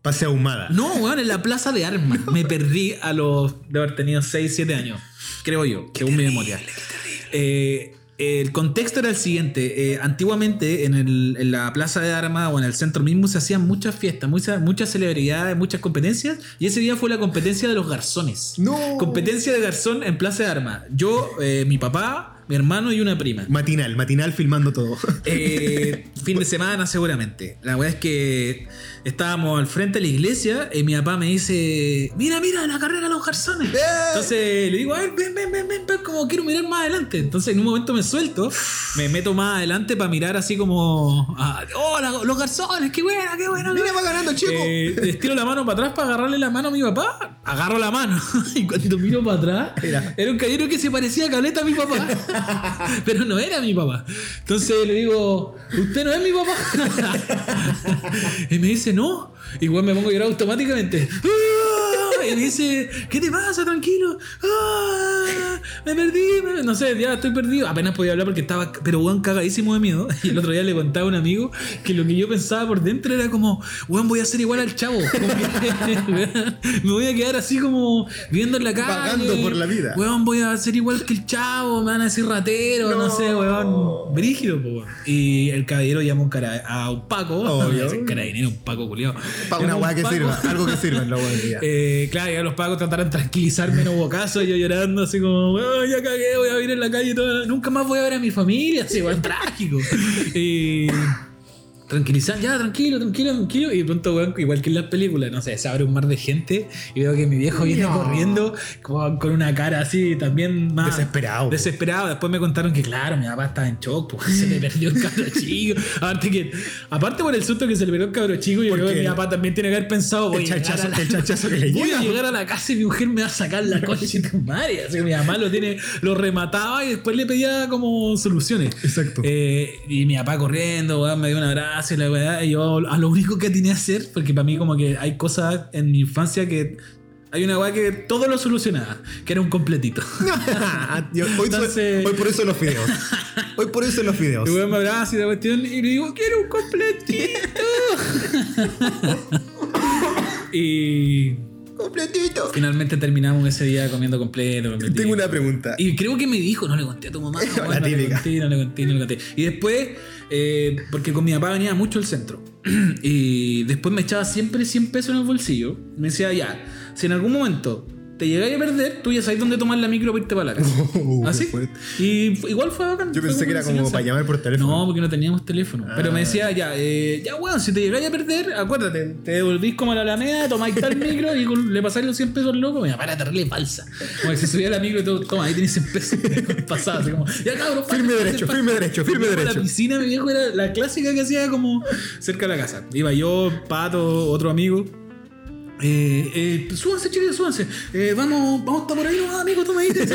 Pase ahumada. no, weón, en la plaza de armas. Me perdí a los de haber tenido 6, 7 años, creo yo, según mi memoria. Eh, el contexto era el siguiente. eh, antiguamente en, el- en la plaza de armas o en el centro mismo se hacían muchas fiestas, muchas, muchas celebridades, muchas competencias. Y ese día fue la competencia de los garzones. No. Competencia de garzón en plaza de armas. Yo, eh, mi papá, mi hermano y una prima. Matinal, matinal filmando todo. Eh, fin de semana seguramente. La verdad es que estábamos al frente de la iglesia y mi papá me dice, mira, mira, la carrera de los garzones. Entonces le digo, a ver, ven, ven, ven, ven, ven, como quiero mirar más adelante. Entonces en un momento me suelto, me meto más adelante para mirar así como, ah, oh, la- los garzones, qué buena, qué buena. qué Mira, buena". va ganando, chico. Eh, estiro la mano para atrás para agarrarle la mano a mi papá. Agarro la mano. Y cuando miro para atrás, Era. era, un caballero que se parecía a Caleta a mi papá. Pero no era mi papá. Entonces le digo, ¿usted no es mi papá? y me dice, no. Igual me pongo a llorar automáticamente. ¡Ah! Y me dice, ¿qué te pasa? Tranquilo. ¡Ah! Me perdí. me- No sé, ya estoy perdido. Apenas podía hablar porque estaba, pero weón, cagadísimo de miedo. Y el otro día le contaba a un amigo que lo que yo pensaba por dentro era como, weón, voy a ser igual al chavo. Como que- me voy a quedar así como viviendo en la calle. Vagando por la vida. Weón, voy a ser igual que el chavo. Me van a decir ratero, no, No. sé, weón. Brígido, po, weón. Y el caballero llamó a un cara- a un Paco. Obvio. Ese carabinero, un Paco culiao. Pa' Era una un weá que Paco. sirva, algo que sirva en la buena vida. Eh, claro, ya los pagos trataron de tranquilizarme, no hubo caso, yo llorando así como, "Weón, ya cagué, voy a vivir en la calle, y toda la- nunca más voy a ver a mi familia, así, weón, trágico. Y tranquilizar, ya, tranquilo, tranquilo, tranquilo. Y de pronto, weón, igual que en las películas, no sé, se abre un mar de gente y veo que mi viejo viene No. corriendo con, con una cara así también más... Desesperado, po. Desesperado. Después me contaron que, claro, mi papá estaba en shock, porque se le perdió el cabro chico. Aparte que, aparte por el susto que se le perdió el cabro chico, yo Porque creo que mi el- papá también tiene que haber pensado, voy El a llegar chachazo, a la- el chachazo que le Voy llega. a llegar a la casa y mi mujer me va a sacar la concha de tu madre. Así que mi mamá lo tiene, lo remataba y después le pedía como soluciones. Exacto. Eh, y mi papá corriendo, weón, me dio un abrazo y la weá. Y yo a lo único que tenía que hacer, porque para mí como que hay cosas en mi infancia que hay una weá que todo lo solucionaba, que era un completito. Ah, Yo- hoy, soy- Entonces- hoy por eso los fideos. Hoy por eso los fideos. Y weón me abraza y la cuestión y le digo, quiero un completito. y Completito. finalmente terminamos ese día comiendo completo. completito. Tengo una pregunta. Y creo que me dijo, no le conté a tu mamá. No, La weón, no le típica. conté, no le conté, no le conté. Y después, eh, porque con mi papá venía mucho al centro. y después me echaba siempre 100 pesos en el bolsillo. Me decía, ya, si en algún momento te te llegáis a perder, tú ya sabes dónde tomar la micro para irte para la casa. Oh, qué Así. fuerte. Y f- igual fue bacán. Yo fue pensé que una era como enseñanza. para llamar por teléfono. No, porque no teníamos teléfono. Pero Ah. me decía, ya, eh, ya, weón, si te llegáis a perder, acuérdate, te devolvís como a la Alameda, tomáis tal micro y con- le pasáis los 100 pesos al loco. Mira, para, terrible falsa. Como que se subía a la micro y todo, toma, ahí tenés 100 pesos. Pasaba así como, ya, cabrón, Firme pasa, derecho, pasa. firme derecho, firme Yo iba a derecho. La piscina, mi viejo, era la clásica que hacía como cerca de la casa. Iba yo, Pato, otro amigo. Eh, eh, súbanse, chicos, súbanse. Eh, vamos, vamos hasta por ahí, no, amigo, tú me dices.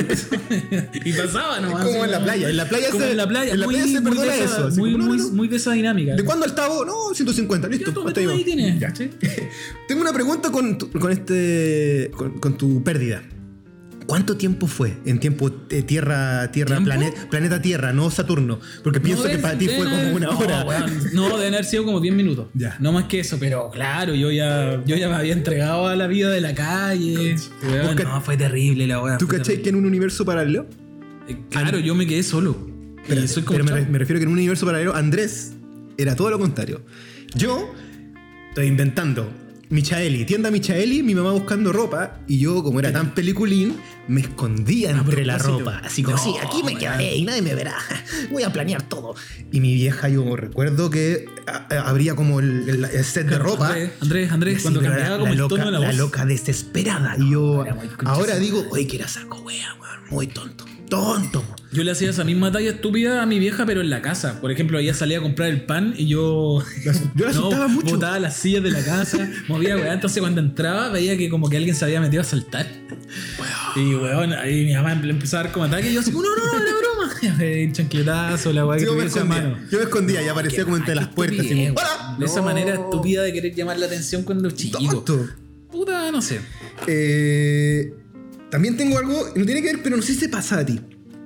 y pasaba nomás. como así en la playa, en la playa como se- en la playa. en la muy, playa se muy perdona de esa- eso, así muy, como, no, muy- no. muy de esa dinámica. ¿De cuándo al tavo? No, 150, Ya, listo. toma, hasta ahí toma, va. ahí tienes. Ya. Sí. Tengo una pregunta con, tu- con este. Con, con tu pérdida. ¿Cuánto tiempo fue en tiempo eh, Tierra, Tierra, ¿Tiempo? planeta, planeta Tierra, no Saturno? Porque pienso No, que deben- para ti fue deben como haber- una no, hora. weón, No, deben haber sido como 10 minutos. Ya. No más que eso, pero claro, yo ya, yo ya me había entregado a la vida de la calle. Weón, Busca- no, fue terrible la weá. ¿Tú fue cachai que en un universo paralelo? terrible. Eh, Claro, yo me quedé solo. Y Espérate, soy como pero me, re- chavo. me refiero que en un universo paralelo Andrés era todo lo contrario. Yo estoy inventando. Michaeli, tienda Michaeli, mi mamá buscando ropa y yo, como era tan peliculín, me escondía entre la propósito. ropa. Así como, Ah, No, sí, aquí me man. quedaré y nadie me verá. Voy a planear todo. Y mi vieja, yo recuerdo que a- a- abría como el, el- el set de ropa. Andrés, Andrés, Andrés, Sí, cuando pero cambiaba la- como la el loca, tono de la voz. loca desesperada. Y yo era muy conchazo. ahora digo, oye, que era saco, wea, weón, muy tonto. Tonto. Yo le hacía esa misma talla estúpida a mi vieja, pero en la casa. Por ejemplo, ella salía a comprar el pan y yo. yo la asustaba mucho. Botaba las sillas de la casa, movía weá. Entonces, cuando entraba, veía que como que alguien se había metido a saltar. Y weón, ahí mi mamá empe- empezó a dar como ataque. Y yo así, no, no, no, era broma. El chancletazo, la weá que Yo me tuviese a escondía, mano. yo me escondía y aparecía como entre Ay, las qué puertas. así estupidez, como, weón. ¡Hola! De esa No, manera estúpida de querer llamar la atención cuando chiquillo. tonto. Puta, no sé. Eh, también tengo algo, no tiene que ver, pero no sé si te pasa a ti.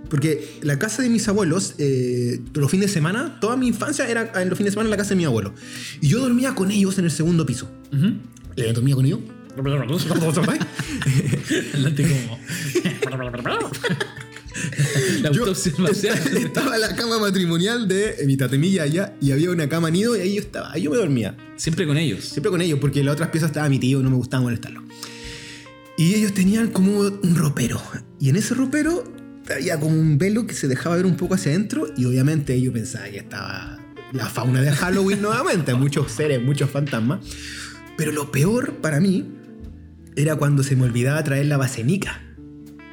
Porque la casa de mis abuelos, eh, los fines de semana, toda mi infancia era en los fines de semana en la casa de mi abuelo. Y yo dormía con ellos en el segundo piso. Ujú. Eh, ¿Dormía con ellos? Adelante como. la Yo autopsia marcial. estaba en la cama matrimonial de eh, mi tatemilla allá y había una cama nido y ahí yo estaba, ahí yo me dormía. Siempre con ellos. Siempre con ellos, porque en las otras piezas estaba mi tío, no me gustaba molestarlo. Y ellos tenían como un ropero. Y en ese ropero había como un velo que se dejaba ver un poco hacia adentro. Y obviamente yo pensaba que estaba la fauna de Halloween nuevamente. Muchos seres, muchos fantasmas. Pero lo peor para mí era cuando se me olvidaba traer la basenica.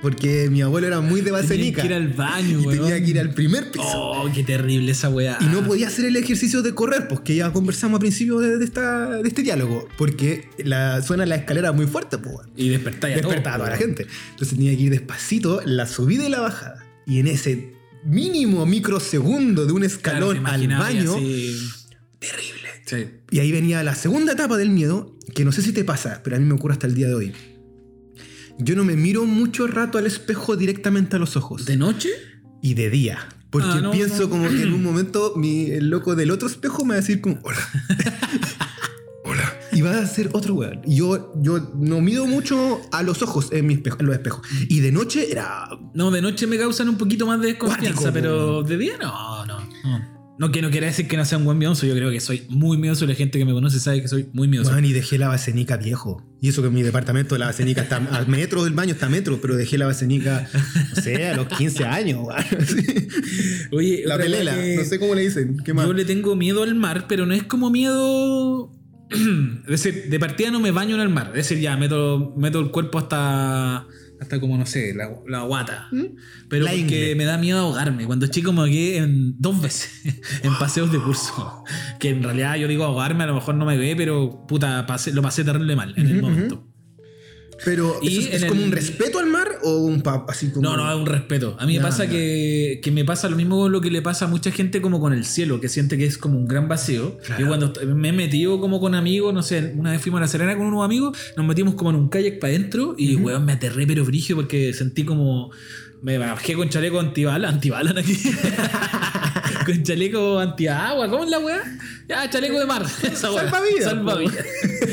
Porque mi abuelo era muy de Tenía basenica. que ir al baño, y weón. tenía que ir al primer piso. Oh, qué terrible esa weá. Y no podía hacer el ejercicio de correr, pues que ya conversamos al principio de, de esta, de este diálogo, porque la, suena la escalera muy fuerte, pues. weón. Y despertar a todos, Despertaba a toda la weón. gente. Entonces tenía que ir despacito la subida y la bajada. Y en ese mínimo microsegundo de un Claro, te escalón al imaginaba baño, así- terrible. Sí. Y ahí venía la segunda etapa del miedo, que no sé si te pasa, pero a mí me ocurre hasta el día de hoy. Yo no me miro mucho rato al espejo directamente a los ojos ¿De noche? y de día. Porque Ah, no, pienso no. como que en un momento mi, el loco del otro espejo me va a decir como, hola. hola. Y va a ser otro weón. Y yo, yo no mido mucho a los ojos en, mi espejo, en los espejos. Y de noche era... No, de noche me causan un poquito más de desconfianza, Cuático, pero de día no, no. no. No que no quiera decir que no sea un buen miedoso, yo creo que soy muy miedoso, la gente que me conoce sabe que soy muy miedoso. Weón, y dejé la basenica viejo. Y eso que mi departamento de la basenica está a metros del baño, está a metros, pero dejé la basenica, no sé, a los 15 años. weón. Oye, La otra weá pelela, que- no sé cómo le dicen. ¿Qué más? Yo le tengo miedo al mar, pero no es como miedo. es decir, de partida no me baño en el mar. Es decir, ya meto, meto el cuerpo hasta. Hasta como, no sé, la, la guata. Pero ¿Mm? La porque ingle. me da miedo ahogarme. Cuando chico me ahogué en, dos veces en paseos de curso. Que en realidad yo digo ahogarme, a lo mejor no me ve, pero puta, pasé- lo pasé terrible mal en el Ujú, ujú. momento. Pero Y ¿eso es, es en como el- un respeto al mar o un pap así como... No, no, es un respeto. A mí me Ya, pasa ya. que, que me pasa lo mismo con lo que le pasa a mucha gente como con el cielo, que siente que es como un gran vacío. Claro. Yo cuando est- me he metido como con amigos, no sé, una vez fuimos a La Serena con unos amigos, nos metimos como en un kayak para adentro y, weón, me aterré pero brillo porque sentí como... Me bajé con chaleco antibala, antibala aquí. con chaleco antiagua, ¿cómo es la weá? Ya, chaleco de mar. Esa weá. Salvavidas, Salvavidas.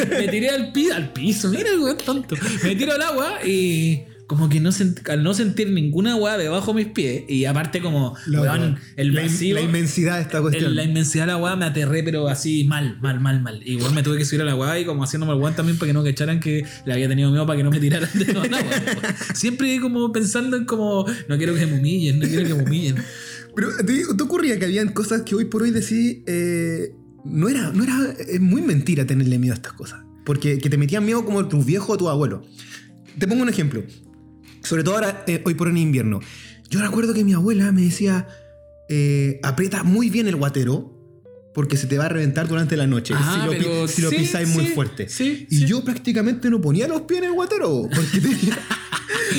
me tiré al, pi- al piso, mira el weón tonto. Me tiro al agua y como que no sent- al no sentir ninguna weá debajo de mis pies, y aparte como, La- weón, el la in- vacío, la inmensidad de esta el- cuestión. la inmensidad de la weá me aterré, pero así mal, mal, mal, mal. Y weón me tuve que subir a la weá y como haciéndome el weón también para que no me echaran que le había tenido miedo para que no me tiraran de la weá, weón. Siempre como pensando en como, no quiero que me humillen, no quiero que me humillen. Pero te, te ocurría que habían cosas que hoy por hoy decís, eh, no era, no era es muy mentira tenerle miedo a estas cosas. Porque que te metían miedo como tus viejos o tu abuelo. Te pongo un ejemplo. Sobre todo ahora, eh, hoy por hoy en invierno. Yo recuerdo que mi abuela me decía, eh, aprieta muy bien el guatero porque se te va a reventar durante la noche Ah, si lo, pi- pero si lo sí, pisáis muy sí, fuerte. sí, y sí. yo prácticamente no ponía los pies en el guatero porque tenía-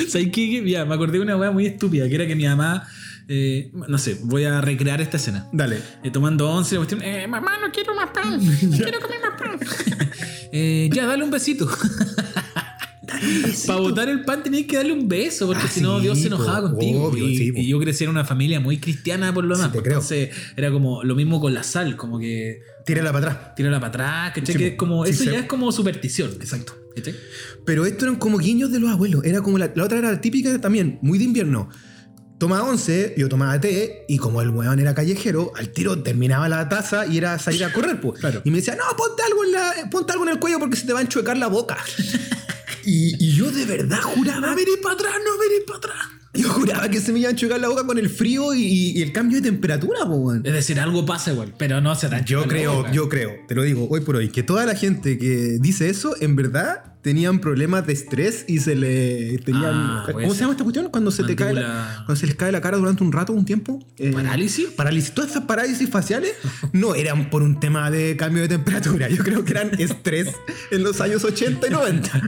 ¿Sabes qué? Ya, me acordé de una weá muy estúpida, que era que mi mamá, eh, no sé, voy a recrear esta escena. Dale. Eh, tomando once, la cuestión, eh, mamá, no quiero más pan, no quiero comer más pan. Eh, ya, dale un besito. Para botar el pan tenías que darle un beso, porque Ah, si no, sí, Dios se po, enojaba contigo. obvio, y, sí, po. y yo crecí en una familia muy cristiana, por lo Sí, demás. te pues, creo. Entonces, era como lo mismo con la sal, como que Tírala para atrás. tírala para atrás, ¿cachai? Sí, que po. es como, Sí, eso sí. ya es como superstición. Exacto. ¿cachai? Pero esto eran como guiños de los abuelos. Era como la, la otra era la típica también, muy de invierno. Tomaba once, yo tomaba té, y como el weón era callejero, al tiro terminaba la taza y era salir a correr, pues. Claro. Y me decía, no, ponte algo, en la, eh, ponte algo en el cuello porque se te va a enchuecar la boca. y, y yo de verdad juraba. No veré para atrás, no veré para atrás. Yo juraba que se me iba a enchuecar la boca con el frío y, y el cambio de temperatura, po, weón. Es decir, algo pasa igual, pero no se Yo creo, yo creo, te lo digo hoy por hoy, que toda la gente que dice eso, en verdad, tenían problemas de estrés y se le tenían. Ah, puede ¿Cómo se ser. llama esta cuestión? Cuando se te cae la- Mandíbula. cuando se les cae la cara durante un rato, un tiempo. Eh, ¿Parálisis? Parálisis. Todas esas parálisis faciales no eran por un tema de cambio de temperatura. Yo creo que eran estrés en los años 80 y 90.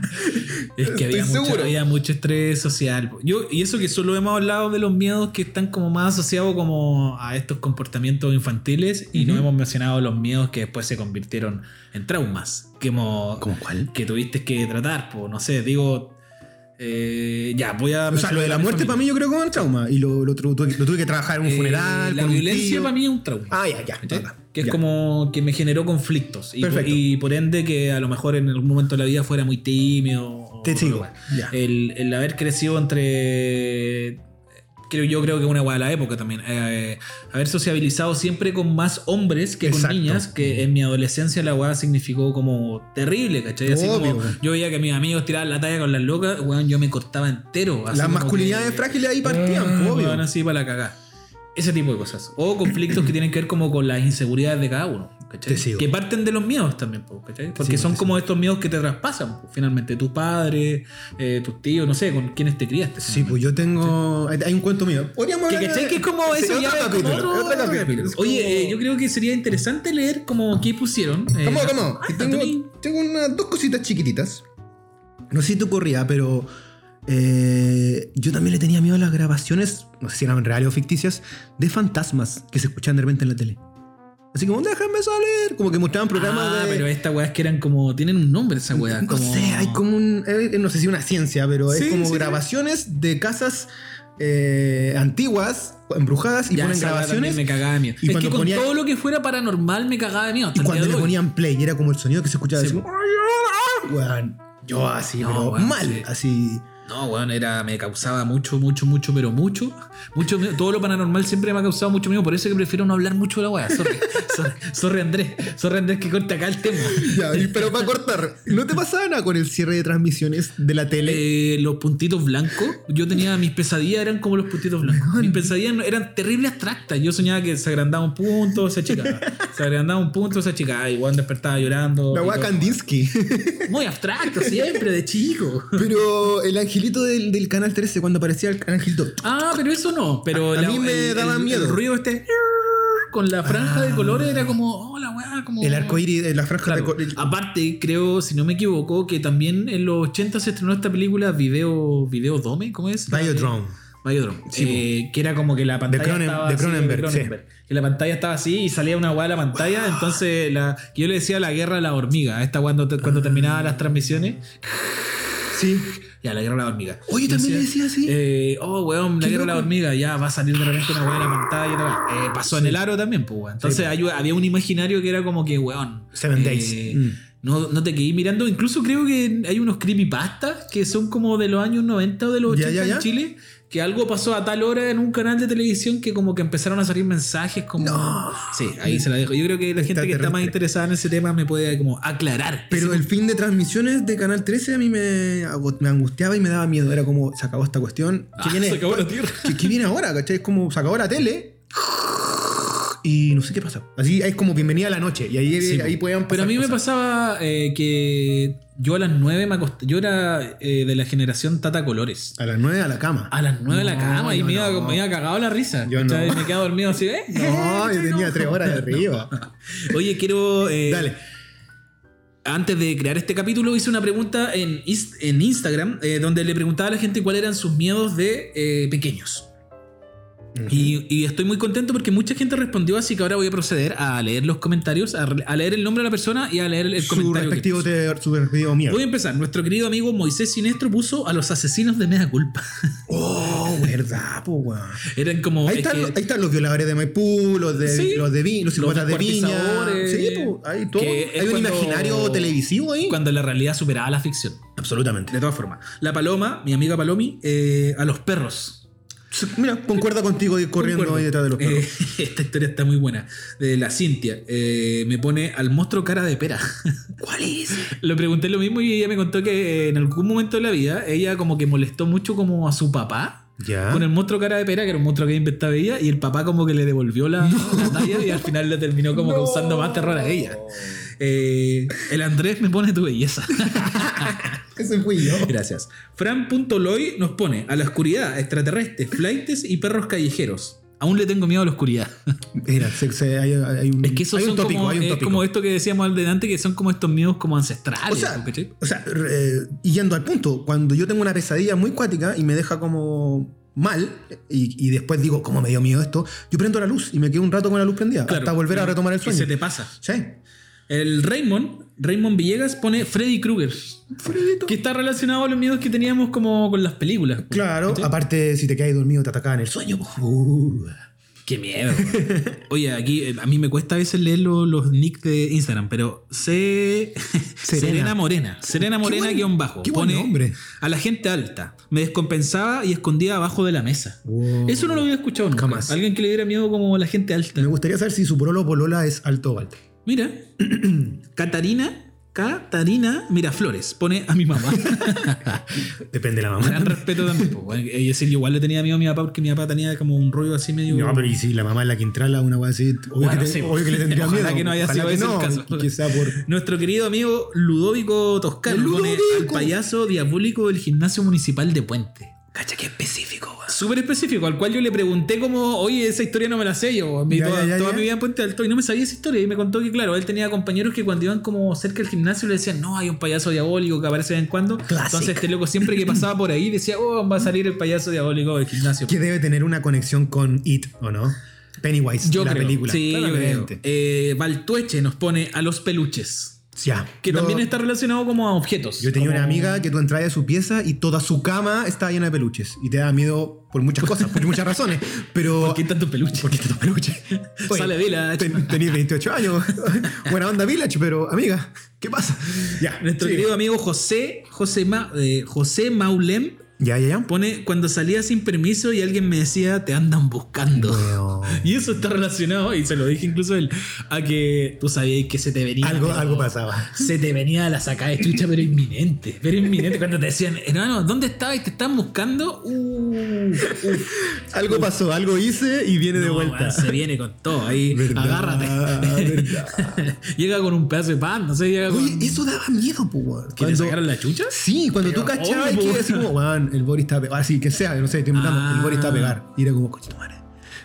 Es que había Estoy mucho, seguro. había mucho estrés social. Yo, y eso que solo hemos hablado de los miedos que están como más asociados como a estos comportamientos infantiles y no hemos mencionado los miedos que después se convirtieron en traumas que, hemos, cuál? que tuviste que tratar. po. no sé, digo, eh, ya, voy a... O sea, lo de la muerte para mí yo creo que es un trauma. Y lo, lo tu- tuve, lo tuve que trabajar en un funeral. Eh, la con un violencia tío. para mí es un trauma. Ah, ya, ya. ¿cachai? ya, Que es ya. como que me generó conflictos. Y, Perfecto. y por ende que a lo mejor en algún momento de la vida fuera muy tímido. o- Te sigo, o algo. ya. El, el haber crecido entre... Creo, yo creo que una hueá de la época también. eh, haber sociabilizado siempre con más hombres que Exacto. con niñas, que en mi adolescencia la hueá significó como terrible, ¿cachai? Así Obvio, como weón. yo veía que mis amigos tiraban la talla con las locas, weón, yo me cortaba entero. así Las como masculinidades que- frágiles ahí partían, pues, Ah, obvio. weón, así para la cagá. Ese tipo de cosas. O conflictos que tienen que ver como con las inseguridades de cada uno. ¿cachai? Te sigo. Que parten de los miedos también, po, ¿cachai? Porque sigo, son te como estos miedos que te traspasan. po, finalmente, tus padres, eh, tus tíos, no sé, con quienes te criaste. Sí, pues yo tengo. hay- Hay un cuento mío. Podríamos Que, hablar de- ¿cachai? Que es como Sí, eso ya otro es como capítulo, otro- otro otro capítulo. capítulo. Es como- Oye, eh, yo creo que sería interesante leer como qué pusieron. eh, ¿Cómo, cómo? ah, Que Anthony. tengo tengo unas dos cositas chiquititas. No sé si te ocurría, pero. eh, yo también le tenía miedo a las grabaciones, no sé si eran reales o ficticias, de fantasmas que se escuchaban de repente en la tele. Así como, déjame salir. Como que mostraban programas Ah, de. pero estas weas que eran como. Tienen un nombre esa wea. no sé, hay como un. eh, no sé si una ciencia, pero Sí, es como sí, sí. grabaciones de casas eh, antiguas, embrujadas, y Ya, ponen esa wea grabaciones. también Me cagaba de miedo. y es cuando que con ponía- todo lo que fuera paranormal me cagaba de miedo. hasta Y el cuando día le de hoy. ponían play y era como el sonido que se escuchaba Sí, así, po. como, weón, yo así, No, pero weón, mal, sí. así. No, weón, era, me causaba mucho, mucho, mucho, pero mucho. mucho miedo. Todo lo paranormal siempre me ha causado mucho miedo. Por eso que prefiero no hablar mucho de la weá. Sorry, sorry, sorry, Andrés. Sorry, Andrés, que corte acá el tema. Ya, y- pero para cortar, ¿no te pasaba nada con el cierre de transmisiones de la tele? Eh, los puntitos blancos, yo tenía mis pesadillas, eran como los puntitos blancos. Mis pesadillas no- eran terribles abstractas. Yo soñaba que se agrandaba un punto, se achicaba. Se agrandaba un punto, se achicaba. Igual despertaba llorando. la y weá todo. Kandinsky. Muy abstracto, siempre, de chico. pero el angelito del, del Canal 13, cuando aparecía el angelito. Ah, pero eso no. Pero A- a mí me daba el- miedo. Ah. El ruido este con la franja de colores era como, oh, la weá, como. El arco iris, eh, la franja de Claro. co- el- Aparte, creo, si no me equivoco, que también en los 80 se estrenó esta película Video, Video Dome, ¿cómo es? Biodrome. Biodrome. Sí, Eh, que era como que la pantalla Cronen- estaba de así, Cronenberg, Ah. Que la pantalla estaba así y salía una weá de la pantalla. Entonces, la, yo le decía la guerra de la hormiga. Esta cuando, te- cuando terminaba las transmisiones. Ah. Sí. Ya, la guerra de la hormiga. Oye, Yo también le decía así. eh, oh, weón, la Qué guerra de la loco. hormiga, ya va a salir de repente una weá de la pantalla. y otra weá. Eh, pasó en el aro también, pues, weón. Entonces hay- había un imaginario que era como que, weón. Seven eh, Days. Mm. No, no te quedé mirando. Incluso creo que hay unos creepypastas que son como de los años 90 o de los Ya, 80 ya, ya. en Chile. Que algo pasó a tal hora en un canal de televisión que como que empezaron a salir mensajes como... Sí, ahí se la dejo. Yo creo que la gente que está más Extraterrestre. interesada en ese tema me puede como aclarar. Pero el fin de transmisiones de Canal 13 a mí me, ago- me angustiaba y me daba miedo. Era como, se acabó esta cuestión. ¿Qué, Ah, viene, se acabó la después? tierra. ¿Qué, qué viene ahora? ¿Cachai? Es como, se acabó la tele. Y no sé qué pasa. Así es como bienvenida a la noche. Y ahí, Sí, ahí po. podían pasar Pero a mí me cosas. pasaba eh, que yo a las 9 me acosté. Yo era eh, de la generación Tata Colores. A las 9 a la cama. A las 9 de la No, cama y yo me, iba, no. me iba cagado la risa. Yo no. ¿cachai? Me quedaba dormido así, ¿eh? No, yo tenía 3 horas de arriba. Oye, quiero. eh, Dale. Antes de crear este capítulo, hice una pregunta en, Is- en Instagram eh, donde le preguntaba a la gente cuáles eran sus miedos de eh, pequeños. Y, y estoy muy contento porque mucha gente respondió, así que ahora voy a proceder a leer los comentarios, a, re- a leer el nombre de la persona y a leer el su comentario. que respectivo, puso. te, su respectivo miedo. Voy a empezar. Nuestro querido amigo Moisés Sinestro puso a los asesinos de mea culpa. Oh, verdad, po, weón. Eran como. es Ahí están, que- los- ahí están los violadores de Maipú, los de Sí. los de vi- los psicópatas de viña. descuartizadores. Sí, po, hay todo. Que es Hay un cuando- imaginario televisivo ahí. Cuando la realidad superaba la ficción. Absolutamente. De todas formas. La paloma, mi amiga Palomi, eh, a los perros. Mira, concuerdo contigo de ir corriendo Concuerdo. ahí detrás de los perros. Eh, esta historia está muy buena. De la Cintia. eh, me pone al monstruo cara de pera. ¿Cuál es? Le pregunté lo mismo y ella me contó que en algún momento de la vida ella como que molestó mucho como a su papá. Ya. Con el monstruo cara de pera, que era un monstruo que había inventado ella, y el papá como que le devolvió la, la talla y al final le terminó como causando más terror a ella. Eh, el Andrés me pone tu belleza. Ese fui yo. Gracias. Fran.loy nos pone a la oscuridad, extraterrestres, flightes y perros callejeros. Aún le tengo miedo a la oscuridad. Mira, se- se- hay, hay un, Es que esos hay un son tópico, como, hay un es tópico. como esto que decíamos al delante, que son como estos miedos como ancestrales. O sea, ¿cachai? o sea, re- y yendo al punto, cuando yo tengo una pesadilla muy cuática y me deja como mal, y, y después digo, ¿cómo me dio miedo esto? Yo prendo la luz y me quedo un rato con la luz prendida Claro. hasta volver a retomar el Y sueño. se te pasa. Sí. El Raymond, Raymond Villegas pone Freddy Krueger, Fredito. que está relacionado a los miedos que teníamos como con las películas. Claro, ¿cachai? aparte, si te quedas dormido, te atacaban el sueño. po. Uh. Qué miedo. güey. Oye, aquí eh, a mí me cuesta a veces leer lo- los nicks de Instagram, pero C... Serena. Serena. Morena. Serena Qué Morena buen- guión bajo. qué buen nombre. A la gente alta. Me descompensaba y escondía abajo de la mesa. Wow. Eso no lo había escuchado nunca. Jamás. Alguien que le diera miedo como la gente alta. Me gustaría saber si su pololo o polola es alto o alto. Mira. Catarina. Catarina Miraflores. Pone a mi mamá. Depende de la Gran mamá. respeto también. po. Es decir, yo igual le tenía miedo a mi papá porque mi papá tenía como un rollo así medio. No, pero y si la mamá es la que entrala una weá así, obvio, Bueno, que, te- sí, obvio que le tendría ojalá miedo. que no haya Ojalá sido que ese el no, caso. y que sea por. Nuestro querido amigo Ludovico Toscano ¡El pone al Ludovico! payaso diabólico del gimnasio municipal de Puente. Cacha, qué específico, weón. Súper específico, al cual yo le pregunté como, oye, esa historia no me la sé yo. Mi- Ya, toda ya, ya, toda ya. mi vida en Puente Alto y no me sabía esa historia. Y me contó que, claro, él tenía compañeros que cuando iban como cerca del gimnasio le decían, no, hay un payaso diabólico que aparece de vez en cuando. Classic. Entonces este loco siempre que pasaba por ahí decía, oh, Mm. va a salir el payaso diabólico del gimnasio. Que debe tener una conexión con It, ¿o no? Pennywise, Yo la creo. película. Sí, yo creo. claramente. Eh, Valtueche nos pone a los peluches. Ya. Que Yo- también está relacionado como a objetos. Yo tenía como- una amiga que tú entrabas a su pieza y toda su cama estaba llena de peluches. Y te daba miedo por muchas cosas, por muchas razones. Pero. ¿Por qué tanto peluche? ¿Por qué tantos peluches? Oye, Sale Village. ten- tenés 28 años. Buena onda Village, pero amiga, ¿qué pasa? Ya. Nuestro sigue. querido amigo José, José, Ma- eh, José Maulem Ya, ya, ya. pone cuando salía sin permiso y alguien me decía te andan buscando. Weón. Y eso está relacionado, y se lo dije incluso a él, a que tú sabías que se te venía. Algo, pero- algo pasaba. Se te venía la sacada de chucha, pero inminente. Pero inminente. Cuando te decían, hermano, ¿dónde estabas? y ¿Te están buscando? Uh, uf. Algo pasó, algo hice y viene de No, vuelta. weón, se viene con todo ahí. Verdad, Agárrate. verdad. llega con un pedazo de pan, no sé, llega Oye, con. eso daba miedo, po, weón. ¿Que te Cuando- sacaron la chucha? Sí, cuando tú Pero cachabas obvio, que po. era así como, weón, el Boris está a pegar. Así que sea, no sé, estoy inventando, Ah. el Boris está a pegar. Y era como, coche tu madre.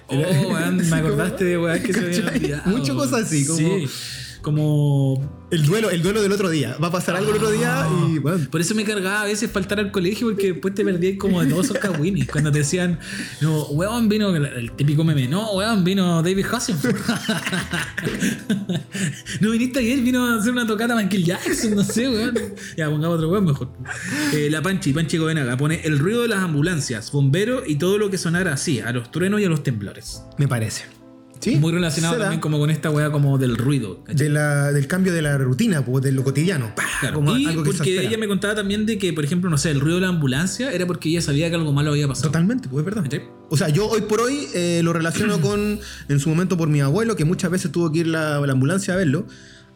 Oh, weón, me acordaste de weón que se habían ¿Cachai? olvidado. Muchas cosas así, como- Sí, como. El duelo, el duelo del otro día. Va a pasar algo el otro día y, weón. Ah, Por eso me cargaba a veces faltar al colegio porque después te perdías como de todos esos cagüines. Cuando te decían, no, weón vino, el- el típico meme, no, weón vino David Hasselhoff. no viniste ayer, vino a hacer una tocata Michael Jackson, no sé, weón. Ya, pongamos otro weón mejor. Eh, la Panchi, Panchi Govenaga pone el ruido de las ambulancias, bomberos y todo lo que sonara así, a los truenos y a los temblores. Me parece. Sí, Muy relacionado se da. también como con esta wea como del ruido. ¿cachai? De la- del cambio de la rutina, pues, de lo cotidiano. ¡pah! Claro, Como y algo que se porque espera. ella me contaba también de que, por ejemplo, no sé, el ruido de la ambulancia era porque ella sabía que algo malo había pasado. Totalmente, pues es verdad. ¿Cachai? O sea, yo hoy por hoy eh, lo relaciono con, en su momento por mi abuelo, que muchas veces tuvo que ir la, la ambulancia a verlo,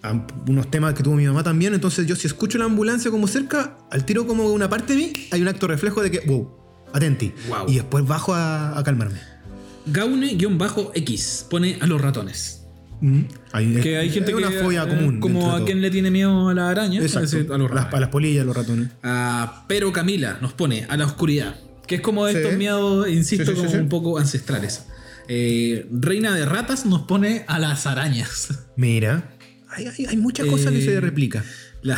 a unos temas que tuvo mi mamá también, entonces yo si escucho la ambulancia como cerca, al tiro como una parte de mí, hay un acto reflejo de que, wow, atenti. Wow. Y después bajo a, a calmarme. Gaune-X pone a los ratones. Mm. Hay, Que hay gente una que, fobia eh, común. Como dentro de a todo. quien le tiene miedo a la araña. Exacto. ese- a los las, a ratones. las polillas, los ratones. Ah, pero Camila nos pone a la oscuridad. Que es como de Sí. estos miedos, insisto, Sí, sí, sí, como sí. un poco ancestrales. Eh, Reina de ratas nos pone a las arañas. Mira, hay, hay, hay muchas cosas que Eh, se replica. La,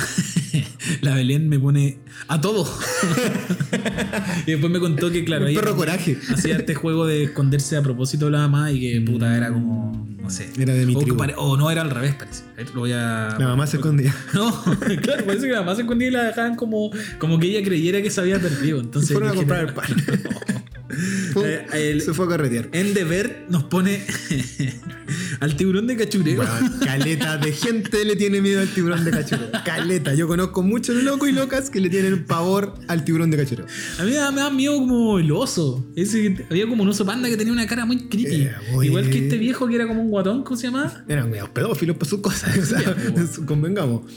la Belén me pone a todo. y después me contó que, claro, Un ella perro coraje. hacía este juego de esconderse a propósito de la mamá y que puta era como. No sé. Era de mi o, que tribu. pare- o no era al revés, parece. A ver, Lo voy a. La mamá se escondía. No, claro, parece que la mamá se escondía y la dejaban como, como que ella creyera que se había perdido. Entonces, Fueron a imagínate. comprar el pan. Pum, Eh, el- se fue a carretear. Endeavor nos pone al tiburón de cachureo. Bueno, caleta de gente le tiene miedo al tiburón de cachorro. Caleta, yo conozco muchos locos y locas que le tienen pavor al tiburón de cachorro. A mí me da, me da miedo como el oso. Ese, que- había como un oso panda que tenía una cara muy creepy. Eh, oye. Igual que este viejo que era como un guatón, ¿cómo se llamaba? Eran medio pedófilos por sus cosas, o sea, convengamos.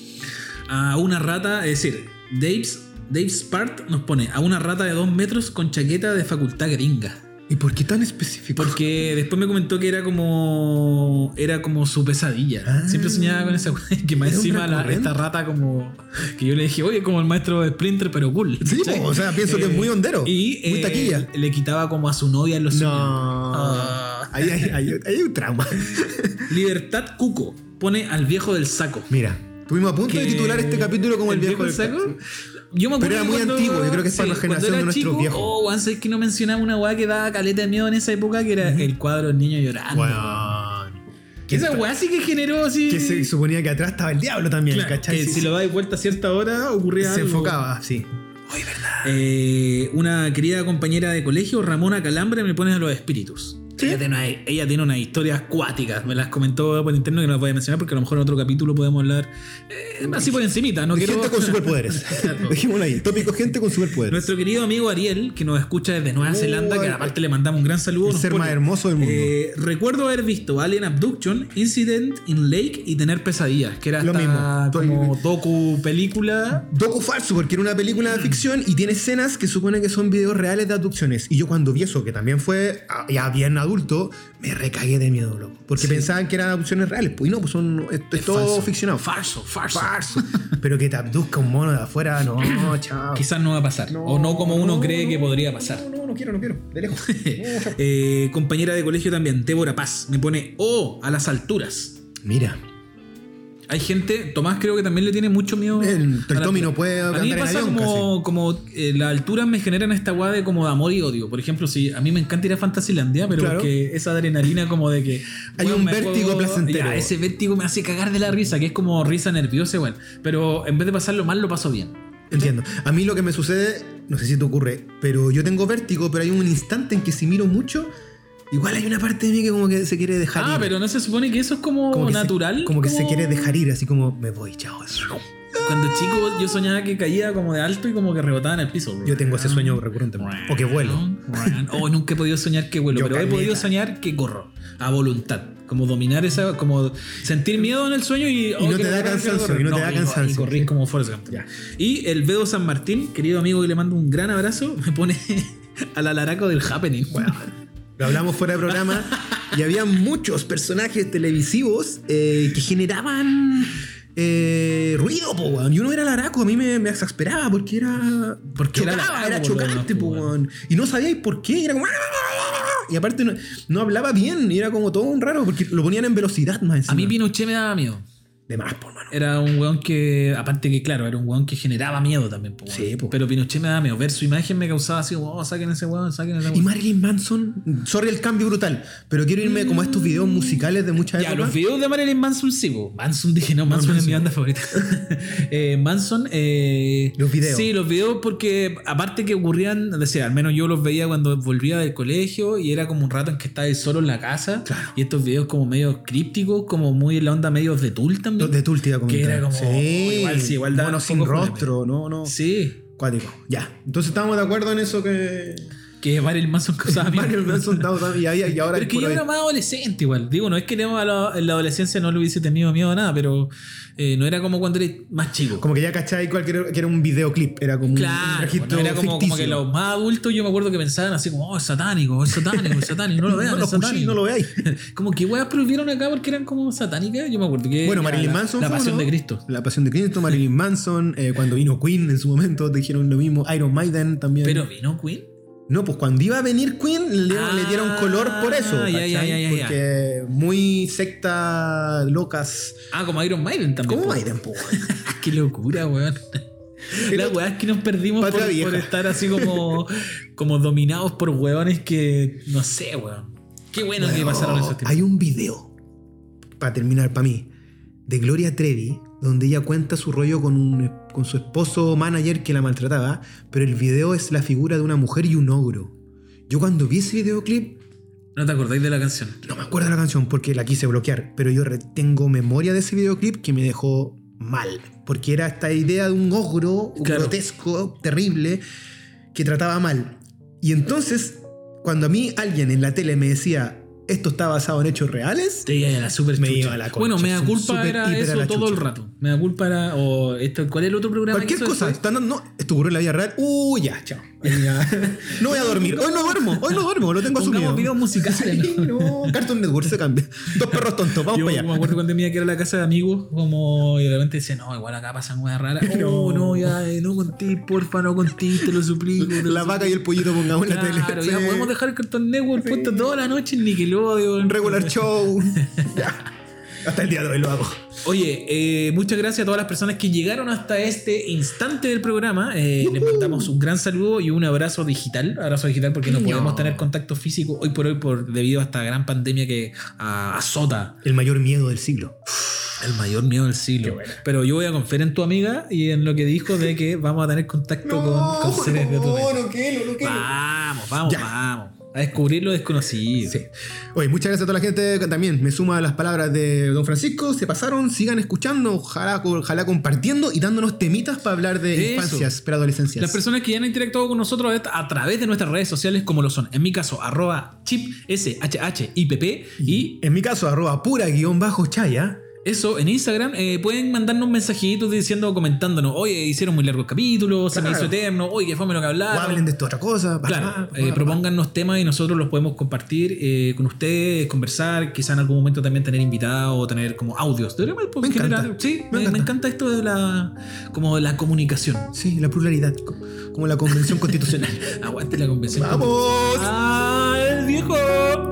A una rata, es decir, Dave's, Dave Spart nos pone a una rata de dos metros con chaqueta de facultad gringa. ¿Y por qué tan específico? Porque después me comentó que era como. Era como su pesadilla. Ah. Siempre soñaba con esa wea, Que más Era un encima la- recurrente. esta rata como. Que yo le dije, oye, como el maestro de Splinter, pero cool. Sí, ¿Cachai? po, o sea, pienso que es muy hondero, Y eh, muy taquilla. le quitaba como a su novia los No. sueños. Ah. Ahí hay, ahí hay un trauma. Libertad Cuco pone al viejo del saco. Mira, tuvimos a punto de titular este capítulo como el, viejo del saco. Yo me acuerdo Pero era que muy cuando- antiguo, yo creo que es para la cuando generación era de nuestros chico, viejos. Oh, weón, ¿sabes que no mencionamos una weá que daba caleta de miedo en esa época? Que era el cuadro del niño llorando. Bueno, Que esa weá sí que generó así. que se suponía que atrás estaba el diablo también, Claro, ¿cachai? que Sí, si lo dais vuelta a cierta hora ocurría se algo. enfocaba, sí. Oye, ¿verdad? Eh, una querida compañera de colegio, Ramona Calambre, me pone a los espíritus. Ella, tiene una, ella tiene unas historias acuáticas. Me las comentó por interno que no las voy a mencionar porque a lo mejor en otro capítulo podemos hablar eh, así por encimita. No De quiero... gente con superpoderes. Claro. Dejémoslo ahí. Tópico gente con superpoderes. Nuestro querido amigo Ariel, que nos escucha desde Nueva Uy, Zelanda, que ay, aparte le mandamos un gran saludo. el nos ser pone, más hermoso del mundo. eh, recuerdo haber visto Alien Abduction, Incident in Lake y tener pesadillas, que era Lo hasta mismo. como docu película. Docu falso, porque era una película de ficción y tiene escenas que supone que son videos reales de abducciones. Y yo cuando vi eso, que también fue ah, ya bien adulto, me recagué de miedo, loco. Porque pensaban que eran abducciones reales. Pues y no, pues son, es, es todo falso. ficcionado. Farso, farso. Falso. Pero que te abduzca un mono de afuera, no, chao. Quizás no va a pasar. o no como uno no, cree no, que podría pasar. No, no, no quiero, no quiero. De lejos. No, chao. Eh, compañera de colegio también, Débora Paz, me pone O a las alturas. Mira, Hay gente, Tomás creo que también le tiene mucho miedo. El- el a la Tommy altura. no puede A mí me andar en pasa avión, como, como eh, las alturas me generan esta guada de como de amor y odio. Por ejemplo, si a mí me encanta ir a Fantasylandia, pero Claro. porque esa adrenalina como de que. Hay un me vértigo placentero. Ya, ese vértigo me hace cagar de la risa, que es como risa nerviosa, bueno. Pero en vez de pasarlo mal, lo paso bien. Ah, Entiendo. A mí lo que me sucede, no sé si te ocurre, pero yo tengo vértigo, pero hay un instante en que si miro mucho, igual hay una parte de mí que como que se quiere dejar Ah, ir. pero no se supone que eso es como, como que se- natural. como que se quiere dejar ir, así como me voy, chao. Cuando chico yo soñaba que caía como de alto y como que rebotaba en el piso. Yo tengo ese sueño recurrente. O que vuelo. Oh, nunca he podido soñar que vuelo, Yo pero he caleta. podido soñar que corro a voluntad. Como dominar esa, como sentir miedo en el sueño y... oh, no te quiero da correr, quiero cansancio, correr. y no te da co- Y cansancio. corrí como Forrest Gump. Ya. Y el Bedo San Martín, querido amigo que le mando un gran abrazo, me pone al alaraco del happening. Lo hablamos fuera de programa y había muchos personajes televisivos eh, que generaban eh, ruido, po, weón. Y uno era el araco, a mí me, me exasperaba porque era. Porque era chocaba, Araco, por era lo chocante, demás, po, po, weón. Y no sabíais por qué, era como. Y aparte no, no hablaba bien, y era como todo un raro porque lo ponían en velocidad más. A mí encima. Pinochet me daba miedo. De más, por mano. Era un weón que, aparte que claro, era un weón que generaba miedo también. po, weón. Sí, po. Pero Pinochet me daba miedo. Ver su imagen me causaba así, oh, saquen ese weón, saquen ese Y weón. Marilyn Manson, sorry el cambio brutal, pero quiero irme como a estos videos musicales de muchas Ya, los épocas. videos de Marilyn Manson sí, po. Manson dije, no, Manson es mi banda favorita. Eh, Manson, eh, Los videos. Sí, los videos porque aparte que ocurrían, decía, al menos yo los veía cuando volvía del colegio y era como un rato en que estaba ahí solo en la casa. Y estos videos como medio crípticos, como muy en la onda medios de Tool también. Los de Tulti iba a Que era comentar. como- igual sí, igual daba monos un sin poco culpa. rostro, no, no. Sí. Cuático. Ya. Entonces estábamos de acuerdo en eso que. Que Marilyn Manson causaba miedo. Marilyn Manson dado también. Y, ahí- y Ah, ahora Pero es que puro yo era más adolescente igual. Digo, no es que no, a la- en la adolescencia no le hubiese tenido miedo a nada, pero eh, no era como cuando eres más chico. Como que ya cachai cuál que era- que era un videoclip, era como un claro, registro no era como, como ficticio. que los más adultos yo me acuerdo que pensaban así como, oh, es satánico, es satánico, es satánico, no lo vean, no es lo escuché, satánico. no lo veáis. Como que weas prohibieron acá porque eran como satánicas, yo me acuerdo que... Bueno, era Marilyn Eh, la- Manson. La fue, pasión ¿no? de Cristo. La pasión de Cristo, Marilyn Manson. eh, cuando vino Queen en su momento, te dijeron lo mismo. Iron Maiden también. Pero vino Queen. No, pues cuando iba a venir Queen le, Ah, le dieron color por eso. ya, ¿cachai? ya, ya, ya, ya. Porque muy secta, locas. Ah, como Iron Maiden también. ¿Cómo po. Maiden, pues? po? Qué locura, weón. La weá es que nos perdimos por, Patria vieja. por estar así como, como dominados por hueones que. No sé, weón. Qué bueno que pasaron esos tiempos. Hay un video, para terminar, para mí, de Gloria Trevi, donde ella cuenta su rollo con, un- con su esposo manager que la maltrataba, pero el video es la figura de una mujer y un ogro. Yo cuando vi ese videoclip, ¿No te acordáis de la canción? no me acuerdo la canción porque la quise bloquear, pero yo re- tengo memoria de ese videoclip que me dejó mal, porque era esta idea de un ogro Claro. grotesco, terrible, que trataba mal. Y entonces, cuando a mí alguien en la tele me decía, esto está basado en hechos reales, Te iba a la super Me chucha. iba a la concha, Bueno, me da son culpa súper era hiper a eso la todo chucha. el rato. Me da culpa era. O esto, ¿Cuál es el otro programa? que cualquier hizo cosa, después? Eh, está andando, no, esto ocurrió en la vida real, uh, ya, chao. Ya. No voy a dormir, hoy no duermo, hoy no duermo, lo tengo Pongamos asumido. videos musicales. ¿no? Sí, no, Cartoon Network se cambia. Dos perros tontos, vamos Yo para me allá. acuerdo cuando tenía que ir a la casa de amigos, como y de repente decía, no, igual acá pasan weas raras. Oh, no, ya, eh, no conté, porfa, no conté, te lo suplico. te lo La vaca y el pollito pongamos en la Claro, tele. ya Sí. podemos dejar el Cartoon Network puesto toda la noche en Nickelodeon. Un regular show. Ya. Hasta el día de hoy lo hago. Oye, eh, muchas gracias a todas las personas que llegaron hasta este instante del programa. Eh, Les mandamos un gran saludo y un abrazo digital. Abrazo digital porque no Niño. podemos tener contacto físico hoy por hoy por, debido a esta gran pandemia que ah, azota El mayor miedo del siglo. el mayor miedo del siglo. Pero yo voy a confiar en tu amiga y en lo que dijo de que vamos a tener contacto con, con seres de otro planeta. no quiero, no Vamos, vamos, Ya. vamos. A descubrir lo desconocido. Sí. Oye, muchas gracias a toda la gente que también me suma a las palabras de Don Francisco. Se pasaron, sigan escuchando, ojalá, ojalá compartiendo y dándonos temitas para hablar de Eso. infancias, preadolescencias. Las personas que ya han interactuado con nosotros a través de nuestras redes sociales, como lo son, en mi caso, arroba chip SHHIPP, y En mi caso, arroba pura guión bajo chaya. eso en Instagram, eh, pueden mandarnos mensajitos diciendo, comentándonos, oye, hicieron muy largos capítulos, se me Claro. Ah, hizo eterno, oye, qué fome lo que O hablaron. hablen de esto otra cosa. bla, Claro, bla, eh, bla, propóngannos temas y nosotros los podemos compartir eh, con ustedes, conversar, quizá en algún momento también tener invitados o tener como audios. Deberíamos, pues, Me en encanta. general, sí, Me me, me encanta. encanta esto de la, como de la comunicación. bla. Sí, la pluralidad, co- como la convención constitucional. Aguante la convención. ¡Vamos! ¡Al viejo!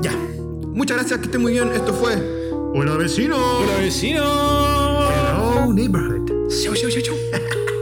Ya. Muchas gracias, que estén muy bien. Esto fue. Hola vecino. ¡Hola vecino! Hello neighborhood. ¡Chau, chau, chau, chau!